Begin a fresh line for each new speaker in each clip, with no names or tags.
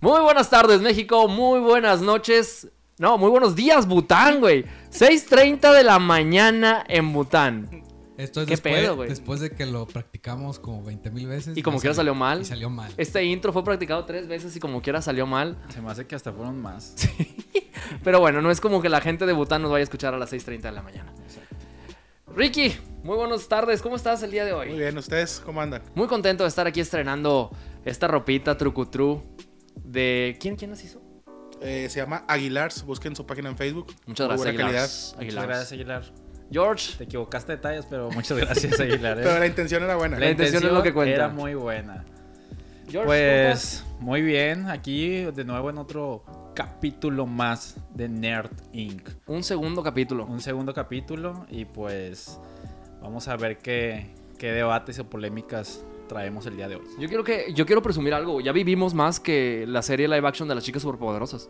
Muy buenas tardes, México. Muy buenas noches. No, muy buenos días, Bután, güey. 6:30 de la mañana en Bután.
Esto es
¿Qué
después,
pedo, güey?
después de que lo practicamos como 20 mil veces.
Y como
ya
quiera salió mal.
Y salió mal.
Este intro fue practicado tres veces y como quiera salió mal.
Se me hace que hasta fueron más.
Pero bueno, no es como que la gente de Bután nos vaya a escuchar a las 6:30 de la mañana. Ricky, muy buenas tardes. ¿Cómo estás el día de
Muy
hoy?
bien, ¿ustedes cómo andan?
Muy contento de estar aquí estrenando esta ropita trucutru de... ¿Quién, quién nos hizo?
Eh, se llama Aguilars, busquen su página en Facebook.
Muchas gracias,
Muy buena
Aguilar.
calidad.
Muchas gracias, Aguilar.
George,
Te equivocaste de detalles, pero muchas gracias, Aguilar. ¿eh?
Pero la intención era buena.
La intención es lo que cuenta.
Era muy buena.
George, ¿cómo estás?
Pues muy bien, aquí de nuevo en otro capítulo más de Nerd Inc.
un segundo capítulo.
Un segundo capítulo y pues vamos a ver qué, qué debates o polémicas traemos el día de hoy.
Yo quiero que yo quiero presumir algo. Ya vivimos más que la serie live action de las chicas superpoderosas.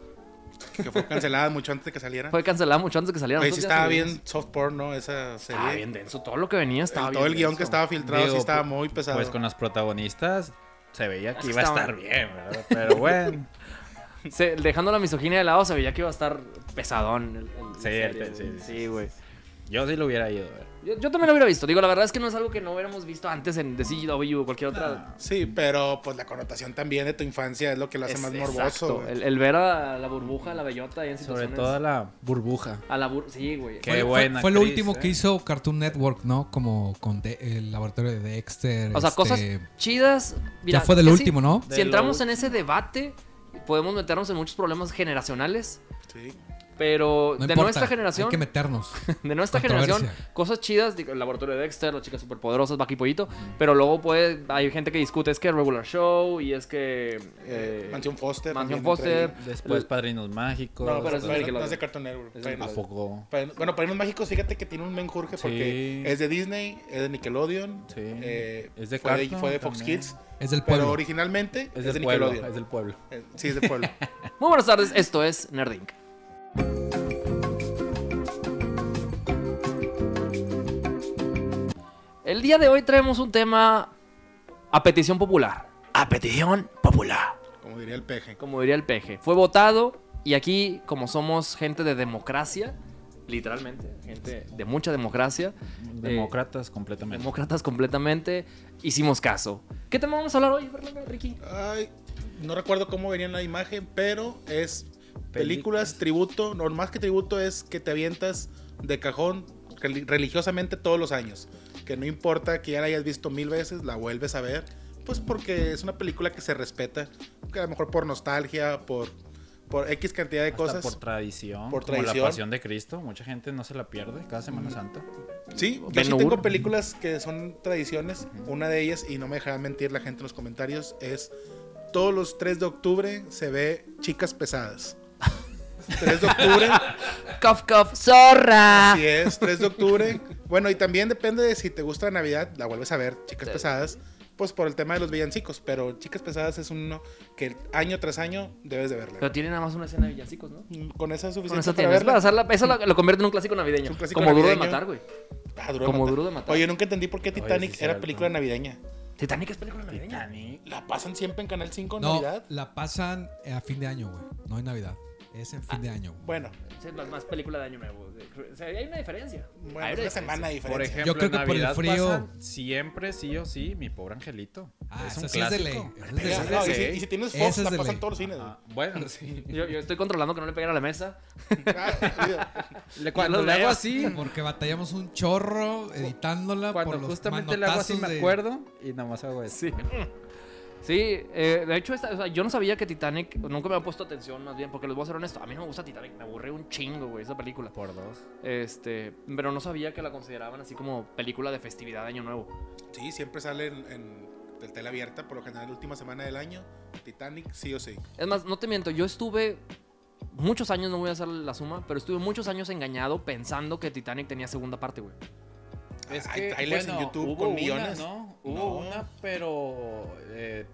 Que fue cancelada mucho antes de que saliera.
Fue cancelada mucho antes de que saliera.
Oye, sí
Nosotros ya
estaba
sabíamos.
bien soft porn, ¿no? Esa serie.
Estaba bien denso. Todo lo que venía
El-
estaba bien
todo el guión
denso.
que estaba filtrado
Digo,
sí estaba
pu-
muy pesado.
Pues con los protagonistas se veía
Es que
que iba a
estaban-
estar bien, ¿verdad? Pero bueno,
Se- dejando la misoginia de lado, se veía que iba a estar pesadón. el- el-
Sí,
la serie,
el- sí,
güey.
sí,
Sí, güey.
yo sí lo hubiera ido. ¿verdad?
Yo, yo también lo hubiera visto. Digo, la verdad es que no es algo que no hubiéramos visto antes en The CW o cualquier otra.
Sí, pero pues la connotación también de tu infancia es lo que lo hace
Es-
más
exacto.
morboso. güey.
El, el ver a la burbuja, a la bellota ahí en
Sobre
situaciones.
todo la burbuja.
A la bur... Sí, güey.
Qué
Fue- fue-
buena
Fue, lo
actriz,
último
¿eh?
que hizo Cartoon Network, ¿no? Como con de- el laboratorio de Dexter.
O sea,
este,
cosas chidas. Mira,
ya fue del
sí,
último, ¿no?
Si
De
entramos
lo-
en ese debate, podemos meternos en muchos problemas generacionales.
Sí.
Pero
No
de
importa,
nuestra
Hay
generación,
que meternos.
de nuestra generación,
Controversia.
cosas chidas, digo, el laboratorio de Dexter, las chicas superpoderosas, Bucky Pollito, pero luego puede, hay gente que discute, es que regular show y es que... eh,
Eh, Mansión Foster.
Mansión
también
Foster.
entra
Después
El-
Padrinos Mágicos.
ahí. No, pero
Pero
eso
es de
no-
que lo-
no es de Cartoon Network.
es de que
Padrinos-
¿A poco?
Padrinos- Bueno, Padrinos Mágicos, fíjate que tiene un menjurje porque
Sí.
es de Disney, es de Nickelodeon.
Sí.
eh,
Es de
fue de,
Cartoon
fue de Fox
también.
Kids.
Es del
Pero
pueblo.
originalmente
Es
es,
del
de
pueblo,
Nickelodeon.
es del pueblo.
Eh, Sí, es de pueblo.
Muy buenas tardes, esto es Nerdink. El día de hoy traemos un tema a petición popular. A petición popular.
como diría el peje.
como diría el peje. Fue votado y aquí, como somos gente de democracia, literalmente, gente de mucha democracia,
Demócratas completamente.
demócratas completamente, hicimos caso. ¿Qué tema vamos a hablar hoy, Fernando, Ricky?
Ay, no recuerdo cómo venía en la imagen, pero es películas, tributo. No, más que tributo es que te avientas de cajón reli- religiosamente todos los años. Que no importa que ya la hayas visto mil veces, la vuelves a ver. Pues porque es una película que se respeta. Que a lo mejor por nostalgia, por, por X cantidad de
Hasta
cosas.
por tradición,
Por
como
tradición.
la Pasión de Cristo, mucha gente no se la pierde cada
Mm.
Semana Santa.
Sí, yo
Ben
sí
Hur.
tengo películas que son tradiciones. Una de ellas, y no me dejará mentir la gente en los comentarios, es todos los 3 de octubre se ve Chicas Pesadas. 3 de octubre,
Cof, cof, zorra.
así es, 3 de octubre. Bueno, y también depende de si te gusta la Navidad, la vuelves a ver, Chicas
Sí.
Pesadas, pues por el tema de los villancicos, pero Chicas Pesadas es uno que año tras año debes de verla.
Pero tiene nada más una escena de villancicos, ¿no?
Con esa
Con
es suficiente
eso
para
tienes. para
verla.
hacerla- eso lo, lo convierte en un clásico navideño.
Es un clásico
como duro de
navideño.
matar, güey.
Ah, duro de
Como
matar.
duro de matar.
Oye, nunca entendí por qué
sí,
Titanic era
cierto.
película navideña.
Titanic es película navideña.
La pasan siempre en Canal 5 en
No,
Navidad.
la pasan eh, a fin de año, güey. No en Navidad. Es en fin de año.
Ah.
güey.
Bueno,
Es la más película de año nuevo. O sea, hay una diferencia.
bueno,
Hay
es
una
una
diferencia.
semana de
Por
diferencia.
ejemplo,
Yo creo
en
que por el
Navidad
frío-
pasan siempre sí o sí, mi pobre angelito.
Ah,
es
esa
un
sí es de ley.
clásico.
Esa es de
Ya,
ley.
no,
Sí.
y, si, y si tienes
Esa
Fox,
es
la
de
pasan
ley.
todos los cines. güey.
Ah, bueno, sí.
Yo, yo estoy controlando que no le peguen a la mesa.
Ah,
Le- Cuando
los
le hago
veo.
así,
Porque batallamos un chorro editándola por
cuando
los
justamente le hago así
manotazos
me
de-
acuerdo y nada más hago eso.
Sí. Sí, eh, de hecho, esta- o sea, yo no sabía que Titanic, nunca me ha puesto atención, más bien, porque les voy a ser honesto, a mí no me gusta Titanic, me aburre un chingo, güey, esa película.
Por dos.
Este, pero no sabía que la consideraban así como película de festividad de Año Nuevo.
sí, siempre sale en, en de tela abierta, por lo general, la última semana del año. Titanic, sí o sí.
Es más, no te miento, yo estuve muchos años, no voy a hacer la suma, pero estuve muchos años engañado pensando que Titanic tenía segunda parte, güey.
Es
Hay
que,
trailers en
bueno,
YouTube
hubo
con
una,
millones.
¿no? Hubo
No.
una, pero eh,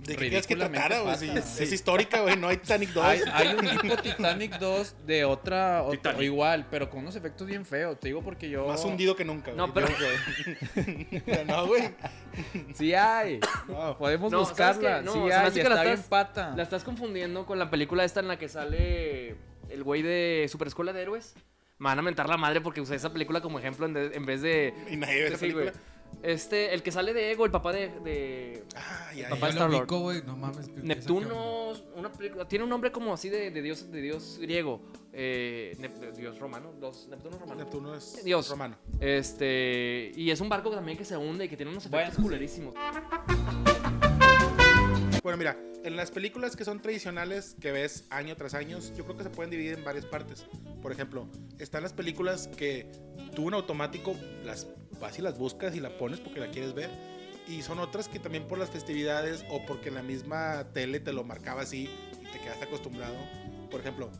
¿De qué quieres que
Ridículamente
tratara, güey?
pasa,
Sí,
¿no?
Es es histórica, güey. No hay Titanic 2.
Hay, hay un tipo Titanic 2 de otra, otro-
Titanic.
igual, pero con unos efectos bien feos. Te digo porque yo.
Más hundido que nunca, güey.
No, pero-
Yo- no, güey.
Sí hay.
No.
Podemos
No, ¿sabes
buscarla.
qué? No,
sí
se me
hay.
hace que
está
la
bien
estás-
pata.
La estás confundiendo con la película esta en la que sale el güey de Superescuela de Héroes. Me van a mentar la madre porque usé esa película como ejemplo en, de- en vez de...
Y nadie ve esa
Sí, güey.
película.
Este, el que sale de Ego, el papá de... de
Ah, ya,
Papá
ya.
Papá
Star-Lord.
lo ubico, güey. No mames. que-
Neptuno, una película, tiene un nombre como así de, de dios, de dios griego, eh, Nep- de dios romano, dos, Neptuno romano.
Neptuno es
Dios.
romano.
Este, y es un barco también que se hunde y que tiene unos efectos
Bueno.
culerísimos.
Ah, Bueno, mira, en las películas que son tradicionales que ves año tras año, yo creo que se pueden dividir en varias partes. Por ejemplo, están las películas que tú en automático las vas y las buscas y la pones porque la quieres ver. Y son otras que también por las festividades o porque la misma tele te lo marcaba así y te quedaste acostumbrado. Por ejemplo,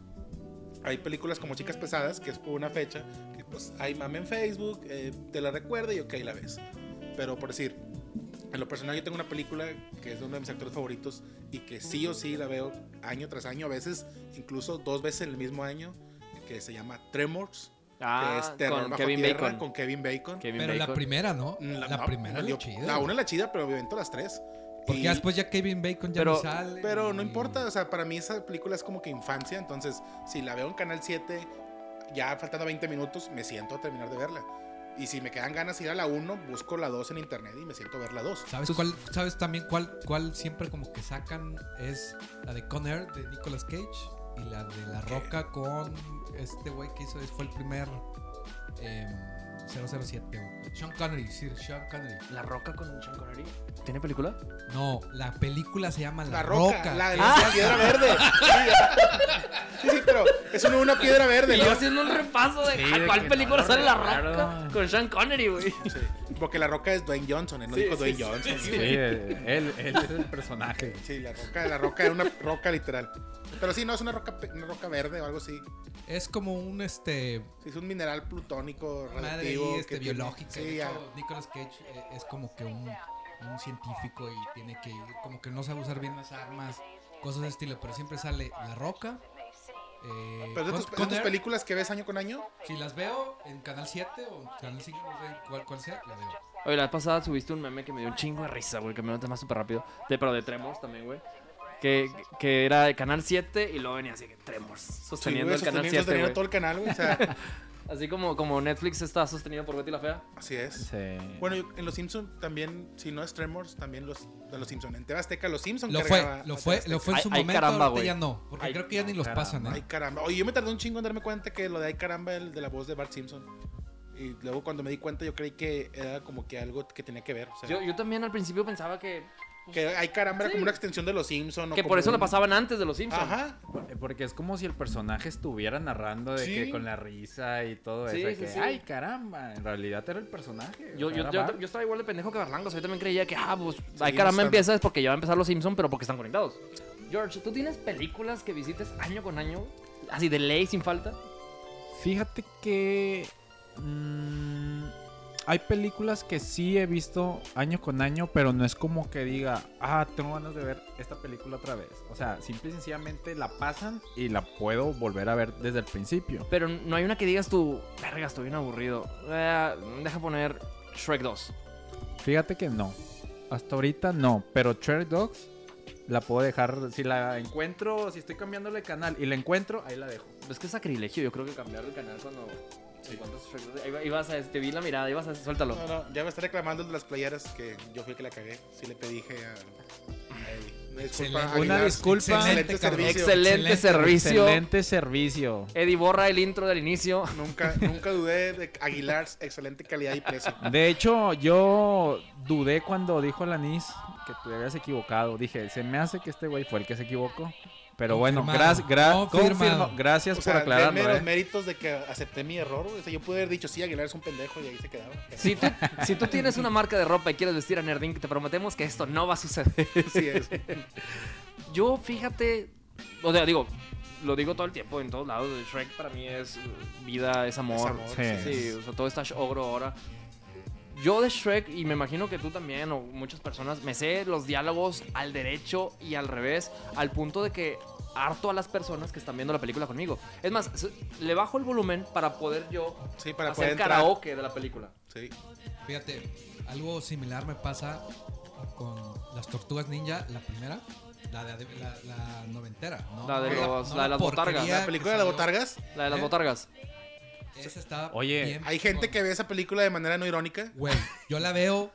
hay películas como Chicas Pesadas, que es por una fecha, que pues hay mame en Facebook, eh, te la recuerda y ok, la ves. Pero por decir, en lo personal yo tengo una película que es de uno de mis actores favoritos y que sí o sí la veo año tras año, a veces incluso dos veces en el mismo año, que se llama Tremors, que es Terror
Ah, con
bajo
Kevin
tierra,
Bacon.
con Kevin Bacon.
Kevin
Pero la
Bacon.
primera, ¿no?
Mm,
La,
no,
primera es
yo-
la chida.
La
güey.
una es la chida, pero me avento las tres.
Porque
Y-
ya después Mm. ya Kevin Bacon ya
Pero-
no sale.
pero no
y-
importa, o sea, para mí esa película es como que infancia, entonces si la veo en Canal 7, ya faltando 20 minutos, me siento a terminar de verla. Y si me quedan ganas de ir a la 1, busco la 2 en internet y me siento a ver la 2.
¿Sabes cuál? ¿Sabes también cuál, cuál siempre como que sacan? Es la de Con Air de Nicolas Cage y la de La
¿Qué?
Roca con este güey que hizo, fue el primer em, 007. güey. Sean Connery, sí, Sean Connery.
La Roca con Sean Connery. ¿Tiene película?
No, la película se llama La,
La
Roca.
roca, la de
que
la piedra verde. Sí, sí, pero es una, una piedra verde,
Y yo
¿no?
haciendo un repaso de
Sí, de
cuál
que no
película
lo
sale La
recuerdo.
Roca con Sean Connery, güey.
Sí, porque la roca es Dwayne Johnson, ¿eh? no
Sí,
dijo
sí,
Dwayne
sí,
Johnson.
sí,
Sí, él, él- él es el personaje.
Sí, la roca, la roca era una roca literal. Pero sí, no, es una roca, pe- una roca verde o algo así.
Es como un este
Sí, es un mineral plutónico,
madre
radioactivo.
ahí,
que
este
tiene-
biológica.
Sí,
De
ya.
hecho, Nicolas Cage eh, es como que un, un científico y tiene que como que no sabe usar bien las armas, cosas de estilo, pero siempre sale La Roca. Eh,
Pero de
Con-
tus, de
Con
tus
Air.
películas que ves año con año,
Si las veo en Canal 7 o Canal 5, no sé cuál, cuál sea, la veo.
Oye, la vez pasada subiste un meme que me dio un chingo de risa, güey, que me lo más súper rápido. De, pero de Tremors también, güey. Que, que era de Canal 7 y luego venía así que Tremors, sosteniendo
sí,
el Canal
güey, sosteniendo-
7,
sosteniendo
güey.
todo el canal, güey. O sea,
Así como, como Netflix está sostenido por Betty la Fea.
así es.
Sí.
Bueno, yo- en Los Simpsons también, si no es Tremors, también los, de Los Simpsons. En TV Azteca, Los Simpsons
Lo fue, lo fue,
este
lo fue en
Ay,
su
ay,
momento,
caramba,
ahorita
güey.
ya no. Porque
Ay,
creo que ya ni los
caramba.
pasan,
Ay,
¿eh?
caramba. Oye, yo me tardé un chingo en darme cuenta que lo de Ay, caramba, el de la voz de Bart Simpson. Y luego cuando me di cuenta, yo creí que era como que algo que tenía que ver. O sea,
Yo, yo también al principio pensaba que,
que Ay, caramba era
Sí.
como una extensión de Los Simpsons.
que por eso la pasaban antes de Los Simpsons.
Ajá.
Eh, Porque es como si el personaje estuviera narrando de
Sí.
que con la risa y todo
Sí,
eso. de
sí,
que,
sí.
Ay, caramba. En realidad era el personaje.
Yo,
o sea,
yo,
era
yo,
Bart.
yo estaba igual de pendejo que Berlango. o sea, Yo también creía que, ah, pues, ay,
estando.
caramba, empieza es porque ya va a empezar los Simpsons, pero porque están conectados. George, ¿tú tienes películas que visites año con año? Así de ley, sin falta.
Fíjate que mm, hay películas que sí he visto año con año, pero no es como que diga, ah, tengo ganas de ver esta película otra vez. O sea, simple y sencillamente la pasan y la puedo volver a ver desde el principio.
Pero no hay una que digas tú, verga, estoy bien aburrido. Eh, deja poner Shrek 2.
Fíjate que no. Hasta ahorita no, pero Cherry Dogs la puedo dejar. Si la encuentro, si estoy cambiándole de canal y la encuentro, ahí la dejo.
Es que es sacrilegio, yo creo que cambiar el canal cuando. si encuentras Shrek 2. Ahí va- Ibas a, este, te vi la mirada, ibas a, suéltalo.
No, no, ya me está reclamando el de las playeras que yo fui el que la cagué. Sí le pedí a. a Eddie. Una disculpa.
Excelente.
Aguilar.
Una disculpa.
Excelente
Excelente, cabrón.
servicio.
excelente,
Excelente,
servicio.
Excelente servicio.
Eddie borra el intro del inicio.
Nunca, nunca dudé de Aguilar, excelente calidad y precio.
De hecho, yo dudé cuando dijo el anís que te habías equivocado. Dije, se me hace que este güey fue el que se equivocó. Pero bueno,
Confirmado,
gra- gra-
confirmado.
confirmo- gracias
O sea,
por aclararlo.
denme los
eh.
méritos de que acepté mi error. güey. O sea, yo pude haber dicho, sí, Aguilar es un pendejo y ahí se quedaba.
Si tú, si tú tienes una marca de ropa y quieres vestir a Nerdín, te prometemos que esto no va a suceder.
Así es.
Yo, fíjate, o sea, digo, lo digo todo el tiempo en todos lados. Shrek para mí es eh, vida, es amor.
Es amor,
Sí.
Sí, o sea, todo está ogro ahora. Yo de Shrek, y me imagino que tú también, o muchas personas, me sé los diálogos al derecho y al revés, al punto de que harto a las personas que están viendo la película conmigo. Es más, s- le bajo el volumen para poder yo
Sí, para
hacer
poder entrar.
karaoke de la película.
Sí.
Fíjate, algo similar me pasa con las tortugas ninja, la primera, la, de, la, la noventera, ¿no?
La de los- la de las
porquería
botargas.
La película
que
de las
salió.
botargas.
La de las
¿Eh?
botargas.
Esa estaba
Oye,
bien
Hay gente que ve esa película de manera no irónica.
Güey, yo la veo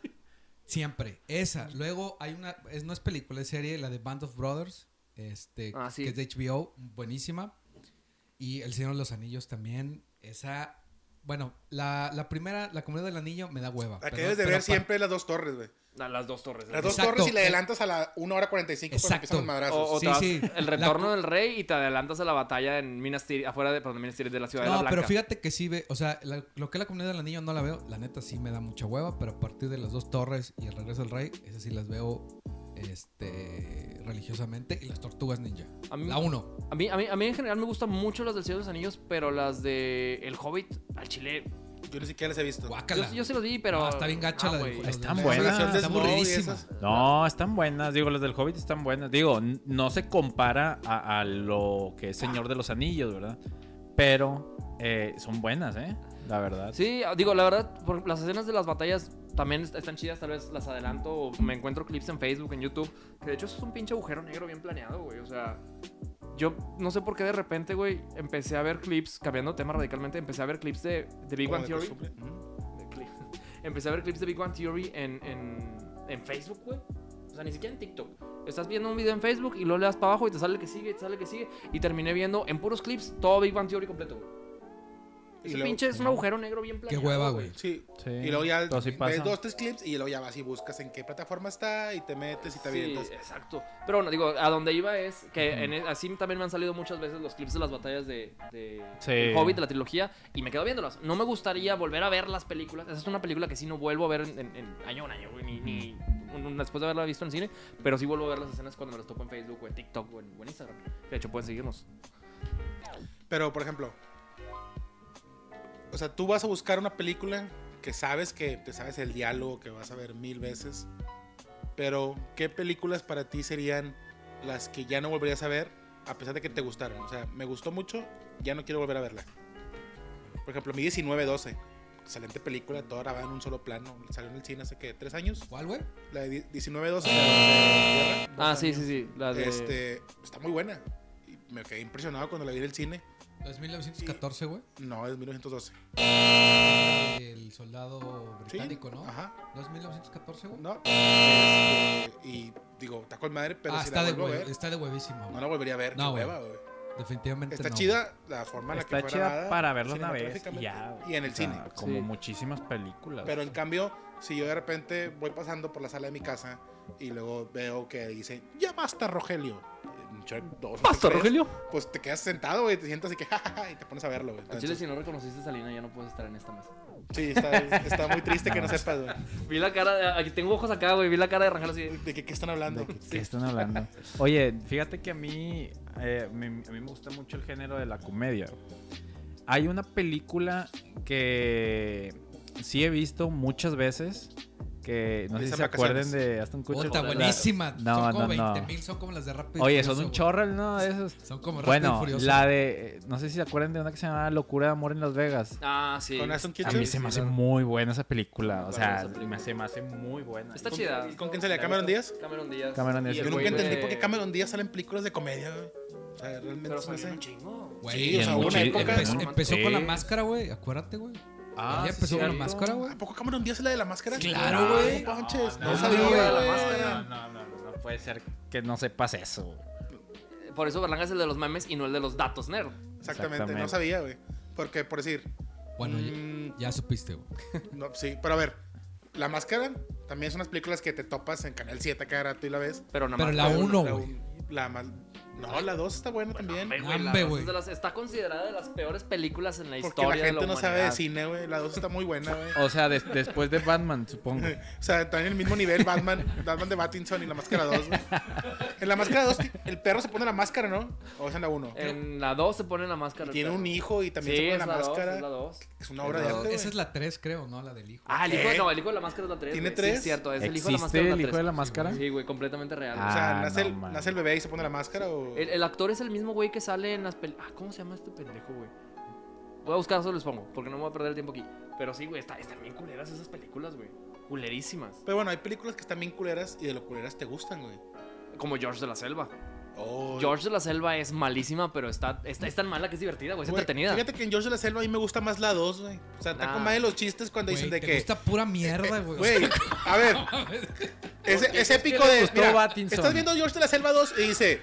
siempre. Esa. Luego hay una. Es, no es película, es serie, la de Band of Brothers. Este,
Ah, sí.
que es de HBO. Buenísima. Y El Señor de los Anillos también. Esa. Bueno, la, la primera, la comunidad del anillo, me da hueva.
La que
Perdón,
debes de
pero
ver
pa-
siempre es las dos torres, güey.
La- Las dos torres.
Las dos
Exacto.
torres y le
Eh,
adelantas a la 1 hora 45 cuando
exacto.
empiezan los madrazos.
O, o
Sí,
te vas-
sí.
El
La-
retorno del rey y te adelantas a la batalla en Minas Tirith, afuera de, perdón, Minas Tirith de la ciudad de la
No,
Blanca.
pero fíjate que sí ve. O sea, la- lo que es la comunidad del anillo no la veo. La neta sí me da mucha hueva. Pero a partir de las dos torres y el regreso del rey, esas sí las veo. Este. religiosamente. Y las tortugas ninja.
A
Mm.
mí-
La uno.
A mí, a, mí, a mí en general me gustan mucho las del Señor de los Anillos, pero las de El Hobbit al chile.
Yo ni siquiera las he visto.
Yo,
Guácala.
yo sí los vi, pero.
No, Ah, está bien
ah,
gacha
no,
la
güey.
de
Están
la
buenas.
relación de
Está
Smaug y
aburridísima.
esas.
No, están buenas. Digo, las del Hobbit están buenas. Digo, n- no se compara a, a lo que es Señor de los Anillos, ¿verdad? Pero eh, son buenas, ¿eh? La verdad.
Sí, digo, la verdad, por las escenas de las batallas también est- están chidas, tal vez las adelanto o me encuentro clips en Facebook, en YouTube, que de hecho eso es un pinche agujero negro bien planeado, güey, o sea, yo no sé por qué de repente, güey, empecé a ver clips, cambiando de tema radicalmente, empecé a ver clips de, de Big
Como
Bang
de
Theory.
costumbre. Mm.
de clip. Empecé a ver clips de Big One Theory en, en, en Facebook, güey. O sea, ni siquiera en TikTok. Estás viendo un video en Facebook y lo le das para abajo y te sale el que sigue, y te sale el que sigue. Y terminé viendo en puros clips todo Big One Theory completo, güey.
Y
Ese
luego-
pinche es un agujero negro bien
Qué
planeado.
hueva, güey.
Sí.
Sí,
Y luego ya
todo sí pasa.
ves dos, tres clips y luego ya vas y buscas en qué plataforma está y te metes y te
Sí,
avientas.
exacto. Pero bueno, digo, a donde iba es que en e- así también me han salido muchas veces los clips de las batallas de, de
Sí.
del Hobbit, de la trilogía, y me quedo viéndolas. No me gustaría volver a ver las películas. Esa es una película que sí no vuelvo a ver en, en- en año a un año, güey, ni, ni un- un- después de haberla visto en cine, pero sí vuelvo a ver las escenas cuando me las topo en Facebook o en TikTok o en, o en Instagram. De hecho, pueden seguirnos.
Pero, por ejemplo, o sea, tú vas a buscar una película que sabes que te sabes el diálogo, que vas a ver mil veces. Pero, ¿qué películas para ti serían las que ya no volverías a ver a pesar de que te gustaron? O sea, me gustó mucho, ya no quiero volver a verla. Por ejemplo, mi 1912. Excelente película, toda grabada en un solo plano. Salió en el cine hace que tres años.
¿Cuál, güey?
La de 1912. la de la guerra,
Ah,
dos
sí,
años.
sí, sí. La de...
Este, está muy buena. Y me quedé impresionado cuando la vi en el cine.
Es 1914, güey.
No, es 1912.
El soldado
Sí,
británico, ¿no?
Ajá.
¿No es 1914, güey?
No. Este, y digo, está con madre, pero
ah,
si
está,
la
de
vuelvo a
huev-
ver,
está de huevísima,
no
güey.
la volvería a ver.
No,
qué
güey.
hueva, güey.
Definitivamente
Está
no, güey.
chida la forma en la que
Está
fue
chida
grabada
para verla una vez y ya.
cinematográficamente, Y en el
o sea,
cine.
Como
Sí.
muchísimas películas.
Pero en cambio, si yo de repente voy pasando por la sala de mi casa y luego veo que dice, ya basta, Rogelio. en Shrek 2 o
Basta,
Shrek 3,
Rogelio.
Pues te quedas sentado y te sientas así que, jajaja, y te pones a verlo, güey.
Al chile,
Entonces,
si no reconociste a Salina, ya no puedes estar en esta mesa.
Sí, está, está muy triste que no sepas, güey.
Vi la cara de... Aquí tengo ojos acá, güey. Vi la cara de Rangel así. de-
¿De qué, qué están hablando?
¿De este qué están hablando? Oye, fíjate que a mí, eh, me, a mí me gusta mucho el género de la comedia. Hay una película que sí he visto muchas veces, que no sé si
Esas
se acuerden
vacaciones.
de Aston Kutcher.
Puta,
la-
buenísima.
No,
son como
no, no.
20.000, son como las de Rápido y
Oye,
Furioso,
son un
güey.
chorro, ¿no? De esos.
Son como Rápido y
Bueno,
Furioso.
la de, eh, no sé si se acuerdan de una que se llama Locura de Amor en Las Vegas.
Ah, sí.
Con Aston
A
Kutcher.
mí
sí,
se me
sí,
hace
claro.
muy buena esa película.
Muy
O
buena esa
sea,
película.
me se me hace muy buena.
Está
¿Y con-
chida.
¿Y con quién salía? ¿Cameron Díaz?
Cameron Díaz.
Cameron Díaz,
Y
Yo
el
nunca
güey
entendí
de-
por qué Cameron Díaz sale en películas de comedia, güey. O sea, realmente
Pero
se me hace-
salió un chingo.
Güey,
Sí, o
en
sea, hubo una
muchi-
época-
empezó, empezó con la
Sí.
máscara, güey. Acuérdate, güey.
Ah,
Ella
sí,
empezó con
cierto.
la máscara, güey.
Ah, ¿A poco Cameron Díaz es la de la máscara?
Claro,
No,
güey.
No, manches, no,
no,
sabía,
no,
güey.
la máscara.
No, no, no, no puede ser que no sepas eso. güey.
Eh, Por eso Berlanga es el de los memes y no el de los datos nerd.
Exactamente, no
Exactamente.
sabía, güey. Porque, por decir.
Bueno, ya-
mm,
ya supiste, güey.
no, sí, pero a ver. La máscara también son unas películas que te topas en Canal 7 cada rato y la ves.
Pero nada
Pero
más.
la
Pero
uno,
la
güey.
un- La, mal- No, la 2 está buena también.
Hombre, güey, la
Hombre,
dos
güey.
es de las- está considerada de las peores películas en la
Porque la
historia.
gente
de la
no sabe de
humanidad.
cine, güey. La 2 está muy buena, güey.
O sea, des- después de Batman, supongo.
O sea, también el mismo nivel Batman, Batman de Battinson y la máscara 2, güey. En la máscara 2 el perro se pone la máscara, ¿no? O sea, en la 1.
En la 2 se pone la máscara.
Tiene
pero-
un hijo y también
Eh, sí,
se pone
es
la,
la, dos,
máscara.
es la dos.
Es una obra de arte, güey.
Esa es la 3, creo, ¿no? La del hijo.
Ah, el hijo,
¿Qué?
no, el hijo de la máscara es la 3.
¿Tiene
Sí,
tres?
es cierto, es el hijo de la
¿Existe
máscara. es
el hijo de la
tres.
máscara?
Sí, güey, completamente real.
O sea,
Ah,
nace,
no,
el,
man.
nace el bebé y se pone la máscara o...
El, el actor es el mismo güey que sale en las películas. Ah, ¿cómo se llama este pendejo, güey? Voy a buscar, se los pongo, porque no me voy a perder el tiempo aquí. Pero sí, güey, está- están bien culeras esas películas, güey. Culerísimas.
Pero bueno, hay películas que están bien culeras y de lo culeras te gustan, güey.
Como George de la Selva.
Oh,
George de la Selva es malísima, pero está, está- es tan mala que es divertida, güey. Es
güey,
entretenida.
Fíjate que en George de la Selva a mí me gusta más la 2, güey. O sea, está
Nah.
con más de los chistes cuando
Güey,
dicen de
te
que...
gusta pura mierda, güey. O sea,
Güey, a ver, ese, ese épico de.
gustó
Mira,
Pattinson?
estás viendo George de la Selva 2 y dice.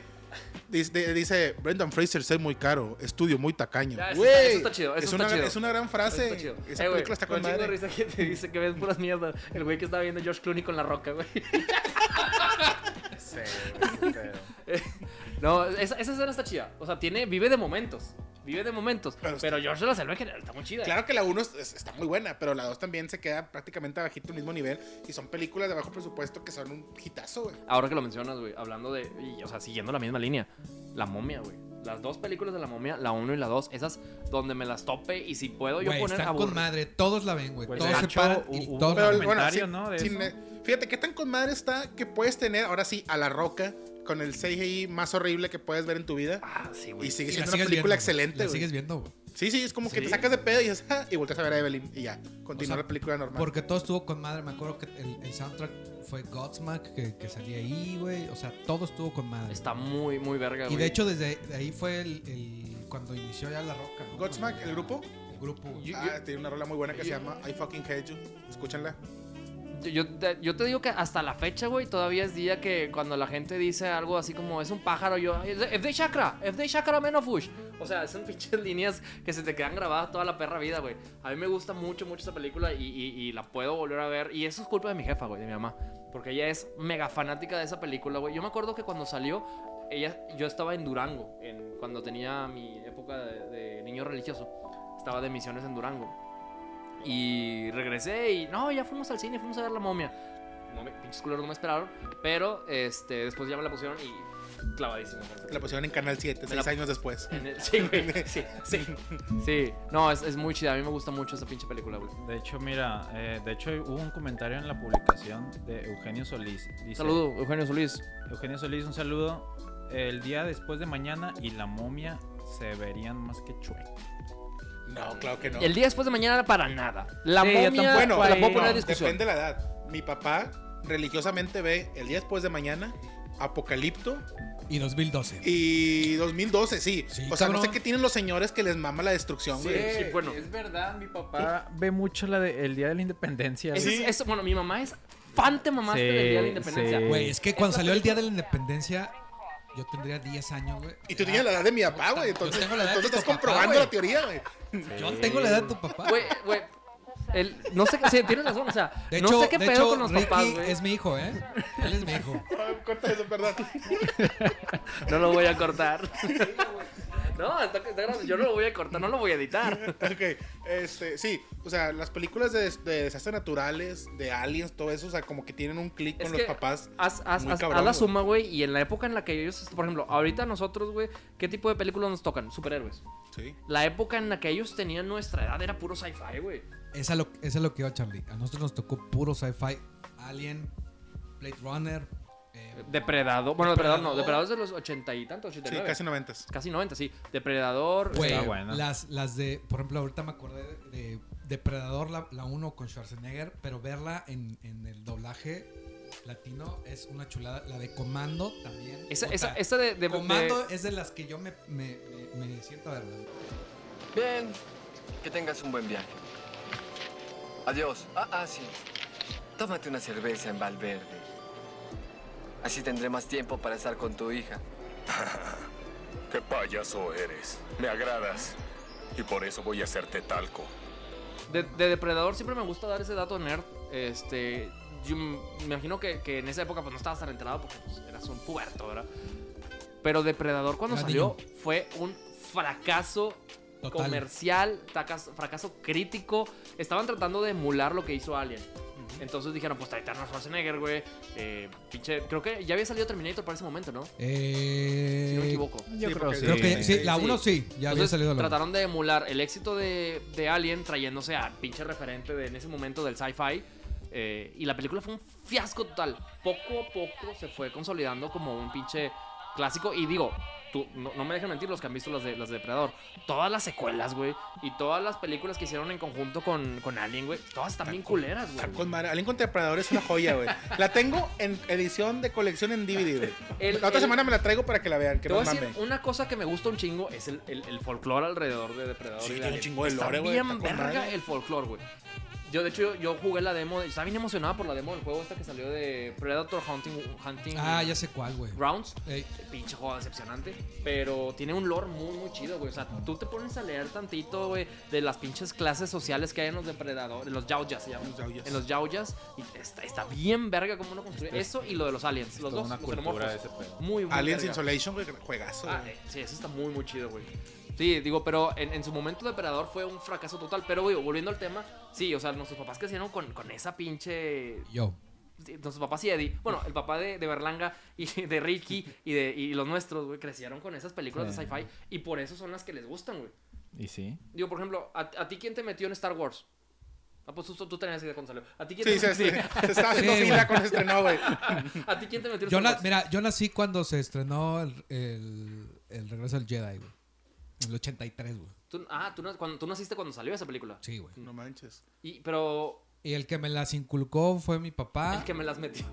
Dice, dice, Brendan Fraser, soy muy caro, estudio muy tacaño.
Ya, eso
Güey,
está- eso está chido, eso
es,
está
una,
chido.
es una gran frase.
Está chido.
Esa
Eh, güey,
película está con
un chingo de
madre.
risa que te dice que ves puras mierdas. El güey que estaba viendo George Clooney con la roca, güey. No, esa, esa escena está chida. O sea, tiene, vive de momentos. Vive de momentos.
Pero
Pero,
está-
George de la Selva en general está muy chida.
Claro que la 1 es- es- está muy buena, pero la 2 también se queda prácticamente bajito el mismo nivel. Y son películas de bajo presupuesto que son un hitazo, güey.
Ahora que lo mencionas, güey, hablando de. y, o sea, siguiendo la misma línea. La momia, güey. Las dos películas de la momia, la 1 y la 2, esas donde me las tope y si puedo yo
Güey,
poner
están
aburri-
con madre. Todos la ven, güey.
Pues,
todos
de
se
hecho,
paran y
hubo-
todos la
pero
ven.
el- comentario,
sí-
¿no? de
sin-
eso.
Fíjate que tan con madre está que puedes tener ahora sí a la roca con el CGI más horrible que puedes ver en tu vida.
Ah, sí, güey.
Y sigue
Y la
siendo una
sigues viendo,
película excelente,
La
güey.
sigues viendo, güey.
Sí, sí, es como que
Sí.
te sacas de pedo y dices, "Ah", y volteas a ver a Evelyn y ya. Continúa
O sea,
la película normal.
Porque todo estuvo con madre. Me acuerdo que el, el soundtrack fue Godsmack, que, que salía ahí, güey. O sea, todo estuvo con madre.
Está muy, muy verga, güey.
Y de hecho, desde de ahí fue el, el- cuando inició ya La Roca. ¿no?
Godsmack, ¿el grupo?
El grupo, güey.
Yo-
Ah, tiene una rola muy buena que se
yo-
llama I fucking hate you. Escúchenla.
Yo, yo te, yo te digo que hasta la fecha, güey, todavía es día que cuando la gente dice algo así como es un pájaro, yo, "Ay, es de- es de chakra, es de chakra menos fush. O sea, son pinches líneas que se te quedan grabadas toda la perra vida, güey. A mí me gusta mucho, mucho esa película y, y- y la puedo volver a ver. Y eso es culpa de mi jefa, güey, de mi mamá. Porque ella es mega fanática de esa película, güey. Yo me acuerdo que cuando salió, ella, yo estaba en Durango, en, cuando tenía mi época de- de niño religioso. Estaba de misiones en Durango. Y regresé y no, ya fuimos al cine, fuimos a ver la momia. No me, pinches culeros no me esperaron, pero este, después ya me la pusieron y clavadísimo.
La pusieron en Canal 7,
la-
seis años después.
En el- sí, güey, sí, sí, sí. No, es, es muy chida, a mí me gusta mucho esa pinche película, güey.
De hecho, mira, eh, de hecho hubo un comentario en la publicación de Eugenio Solís. Dice,
Saludo, Eugenio Solís.
Eugenio Solís, un saludo. El día después de mañana y la momia se verían más que chueca.
No, claro que no.
El día después de mañana para nada. La
Sí, yo
momia,
tampoco,
bueno,
bueno,
la
ahí
puedo poner
no,
en discusión.
depende de la edad. Mi papá religiosamente ve el día después de mañana Apocalipto
Y 2012.
y 2012, sí.
Sí,
o sea, no
cabrón.
sé qué tienen los señores que les mama la destrucción, güey.
sí, bueno.
Es verdad, mi papá.
Papá ve mucho la de el día de la independencia.
Ese
güey.
es-
Sí.
eso, bueno, mi mamá es fan te mamaste del Día de la
Sí,
Independencia.
sí.
Güey, es que cuando
Es la
salió el Día de la Independencia, yo tendría 10 años, güey.
Y tú tienes la edad de mi papá, güey.
Ah, Yo tengo
Entonces,
la edad de
entonces
tu
estás
papá,
comprobando
güey.
la teoría, güey.
Yo tengo la edad de tu papá.
Güey, güey. el- No sé qué, sí, tienes razón, o sea,
De
no
hecho,
sé qué
de
pedo
hecho,
con los
Ricky
papás, güey.
es mi hijo, ¿eh? Él es mi hijo.
Ay, Corta eso, perdón.
No lo voy a cortar. No, está, está grabado. Yo no lo voy a cortar, no lo voy a editar.
Ok, este, sí, o sea, las películas de, de desastres naturales, de aliens, todo eso, o sea, como que tienen un clic con
Es
los
que
papás.
Haz, haz-
Muy
haz-
cabrón,
haz la
güey.
suma, güey, y en la época en la que ellos, por ejemplo, ahorita nosotros, güey, ¿qué tipo de películas nos tocan? Superhéroes.
Sí.
La época en la que ellos tenían nuestra edad era puro sci-fi, güey.
Esa lo, esa es lo que iba Charlie. A nosotros nos tocó puro sci-fi. Alien, Blade Runner. eh,
Depredador. Bueno, Depredador no, Depredador
Depredador.
es de los ochenta y tantos,
Sí,
89.
casi noventas.
Casi 90, sí. Depredador.
Güey,
Está bueno.
las, las de, por ejemplo, ahorita me acordé de, de Depredador, la, la 1 con Schwarzenegger, pero verla en, en el doblaje latino es una chulada. La de Comando también.
Esa,
Puta,
esa, esa de, de-
Comando
de-
es de las que yo me, me, me, me siento a verla.
Bien, que tengas un buen viaje. Adiós. Ah, ah, sí. Tómate una cerveza en Valverde. Así tendré más tiempo para estar con tu hija.
Qué payaso eres. Me agradas. Y por eso voy a hacerte talco.
De, de Depredador siempre me gusta dar ese dato nerd. Este, yo m- me imagino que, que en esa época pues no estabas tan enterado porque pues, eras un puberto, ¿verdad? Pero Depredador cuando
Era
salió fue un fracaso
Total.
comercial, fracaso, fracaso crítico. Estaban tratando de emular lo que hizo Alien. Entonces dijeron, pues trae a Schwarzenegger, güey. Eh, pinche, creo que ya había salido Terminator para ese momento, ¿no?
Eh,
Si no me equivoco.
Yo
Sí,
creo
porque-
Creo que
Sí.
sí, la
Sí.
1 sí, ya había
Entonces,
salido la uno.
trataron de emular el éxito de, de Alien trayéndose a pinche referente de, en ese momento del sci-fi. eh, y la película fue un fiasco total. Poco a poco se fue consolidando como un pinche clásico. Y digo, tú, no, no me dejen mentir los que han visto las de, las de Depredador. Todas las secuelas, güey. Y todas las películas que hicieron en conjunto con, con Alien, güey. Todas están bien culeras, güey.
Está Ah, con madre. Alien contra Depredador es una joya, güey. La tengo en edición de colección en DVD, güey.
El-
La otra
el-
semana me la traigo para que la vean, que
Te voy
no
a decir,
mamen.
una cosa que me gusta un chingo es el, el, el folclore alrededor de Depredador. y de
Sí, tiene un
Alien.
chingo de
Está
lore, güey,
bien
está con
verga
madre.
el folclore, güey. Yo, de hecho, yo, yo jugué la demo. de- Estaba bien emocionado por la demo del juego esta que salió de Predator Hunting, Hunting
Ah, ya sé cuál, güey.
Grounds.
Ey,
Pinche juego decepcionante. Pero tiene un lore muy, muy chido, güey. O sea, tú te pones a leer tantito, güey, de las pinches clases sociales que hay en los depredadores. En los yaoyas se llaman.
Los yaoyas.
En los yaoyas. Y está, está bien verga cómo uno construye. Eso y lo de los aliens. Los
toda
dos,
una
los
cultura
xenomorfos.
ese pedo.
Muy, muy
Aliens
verga.
Insolation, güey, juegazo,
Ah,
güey.
eh, sí, eso está muy, muy chido, güey. Sí, digo, pero en, en su momento Depredador fue un fracaso total. Pero, güey, volviendo al tema, sí, o sea, nuestros papás crecieron con, con esa pinche.
yo.
sí, Nuestros papás y Eddie, bueno, el papá de, de Berlanga y de Ricky y de y los nuestros, güey, crecieron con esas películas
Sí.
de sci-fi y por eso son las que les gustan, güey.
Y sí.
Digo, por ejemplo, ¿a, a ti quién te metió en Star Wars? Ah, pues tú, tú tenías idea cuando salió. ¿A ti quién
Sí,
te
se,
metió?
se- se estaba haciendo
Sí,
fila
güey.
cuando se estrenó, güey.
¿A ti quién te metió en
Yo
Star
na-
Wars?
mira, yo nací cuando se estrenó el, el, el regreso del Jedi, güey. En el 83, güey.
Tú- ah, tú, na- cuando, tú naciste cuando salió esa película.
Sí, güey.
No manches.
Y, pero
Y el que me las inculcó fue mi papá.
el que me las metió.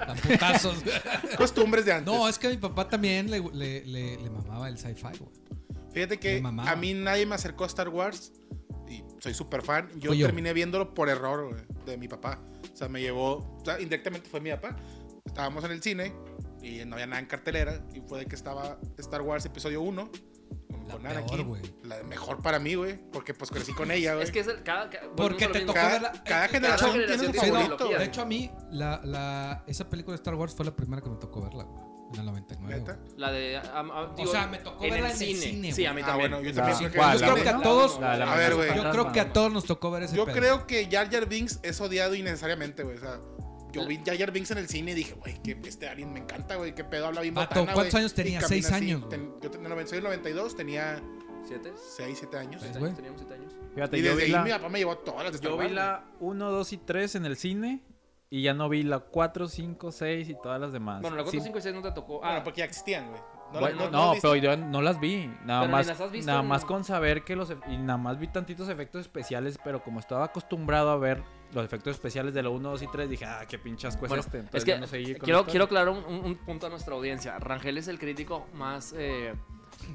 A putazos.
Costumbres de antes.
no, es que a mi papá también le, le, le- le mamaba el sci-fi, güey.
Fíjate que
Mi mamá.
a mí nadie me acercó a Star Wars y soy súper fan. Yo
Fui yo.
terminé viéndolo por error güey, de mi papá. O sea, me llevó, o sea, indirectamente fue mi papá. Estábamos en el cine y no había nada en cartelera y fue de que estaba Star Wars episodio 1 con,
La
con
peor,
Anakin.
güey.
La mejor para mí, güey, porque pues crecí con ella, güey.
Es que es el, cada, ca- volvemos
Porque
a lo
te
mismo.
tocó
Cada-
verla.
cada
eh,
generación
tiene
generación
su
sí, no,
favorito.
de hecho, a mí, la, la, esa película de Star Wars fue la primera que me tocó verla, güey. En el 99.
¿Neta?
güey.
La de. a- a- digo,
sea, me tocó verla en el cine, Pues
Sí, a mí
Ah,
también.
bueno, yo
La-
también.
Sí,
creo que-
¿cuál?
yo
La
creo
Creo que
no,
a todos.
no,
A ver, güey.
Yo creo que a todos nos tocó ver ese
Yo
pedo.
creo que Jar Jar Binks es odiado innecesariamente, güey. O sea, yo vi Jar Jar Binks en el cine y dije, güey, que este alien me encanta, güey. Qué pedo habla bien
Vato,
botana,
¿cuántos
güey,
años
y
tenía?
camina
Seis
así.
años,
Ten- yo en el 96, 92 tenía
¿Siete?
6, 7 años.
¿Siete
Pues, güey.
años? Teníamos siete años.
Fíjate,
Y
yo
desde
vi
ahí mi
la,
papá me llevó a todas las de Star
yo vi
Wars,
la 1, 2 y 3 en el cine. Y ya no vi la 4, 5, 6 y todas las
Ah,
demás.
Bueno, la 4,
Sí,
5 y 6 no te tocó. Ah,
güey. Bueno, pues, porque ya existían, güey. No,
Bueno,
no,
no,
no viste.
pero yo no las vi. Nada
Pero ni
más,
las has visto
nada
en-
más con saber que los. ef- Y nada más vi tantitos efectos especiales, pero como estaba acostumbrado a ver los efectos especiales de la 1, 2 y 3, dije, ah, qué pinchas
pues
cuesta
Bueno,
este.
es
Entonces
que
ya no seguí con
quiero,
la
quiero
historia.
aclarar un, un- un punto a nuestra audiencia. Rangel es el crítico más eh,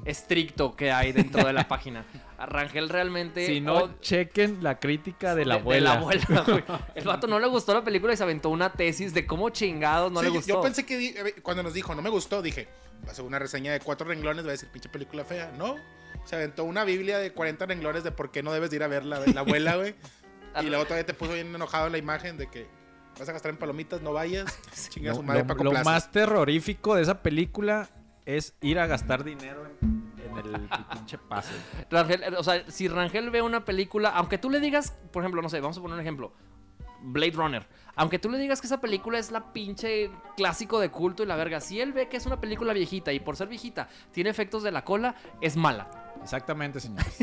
estricto que hay dentro de la página. A Rangel realmente.
Si no,
od-
chequen la crítica de la
de-
abuela.
abuela, güey. El vato no le gustó la película y se aventó una tesis de cómo chingados no
Sí,
le
yo-
gustó.
Yo pensé que di- eh, cuando nos dijo, no me gustó, dije, va a ser una reseña de cuatro renglones, va a decir, pinche película fea. No, se aventó una Biblia de 40 renglones de por qué no debes de ir a ver la, la abuela, güey. y luego todavía te puso bien enojado la imagen de que vas a gastar en palomitas, no vayas, chinga a su
Lo-
madre
lo-
para
lo,
complacer.
más terrorífico de esa película es ir a gastar dinero en, en el pinche pase.
Rangel, eh, o sea, si Rangel ve una película, aunque tú le digas, por ejemplo, no sé, vamos a poner un ejemplo, Blade Runner, aunque tú le digas que esa película es la pinche clásico de culto y la verga, si él ve que es una película viejita y por ser viejita tiene efectos de la cola, es mala.
Exactamente, señores.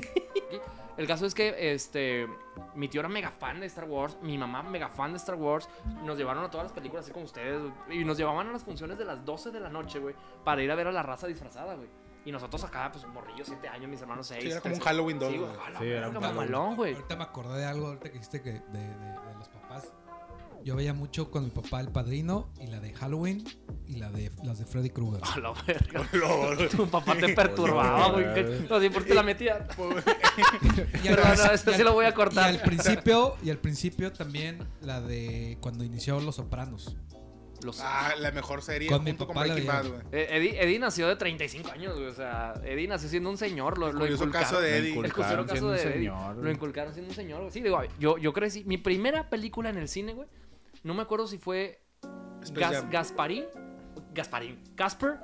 El caso es que, este, mi tío era mega fan de Star Wars, mi mamá mega fan de Star Wars, nos llevaron a todas las películas así como ustedes y nos llevaban a las funciones de las 12 de la noche, güey, para ir a ver a la raza disfrazada, güey. Y nosotros acá, pues, morrillos, 7 años, mis hermanos 6.
Sí, era como un Halloween 2,
Sí, güey,
güey.
a la
Sí, era un
verga,
Halloween.
mamalón, güey.
Ahorita me acordé de algo, ahorita que dijiste que de, de- de los papás. Yo veía mucho con mi papá El Padrino y la de Halloween y la de las de Freddy Krueger.
A la verga.
Lo- lo-
Tu papá te perturbaba, güey. que- No sé por qué te la metía.
Y al-
Pero no, esto
y al-
sí lo voy a
y al
cortar.
principio, y al principio también la de cuando inició Los Sopranos.
Los-
Ah, la mejor serie
Con mi
junto con
papá la
Breaking
veía.
Bad, güey.
Eh, Eddie, Eddie nació de 35 años, güey. O sea, Eddie nació siendo un señor. Lo, lo
curioso
inculcaron.
caso de Eddie.
El
Lo
curioso
inculcaron siendo
caso de
un
Eddie.
señor,
Lo
güey.
inculcaron siendo un señor, güey. Sí, digo, yo, yo crecí. Mi primera película en el cine, güey. No me acuerdo si fue
Space
Gas-
Jam.
Gasparín. Gasparín. Casper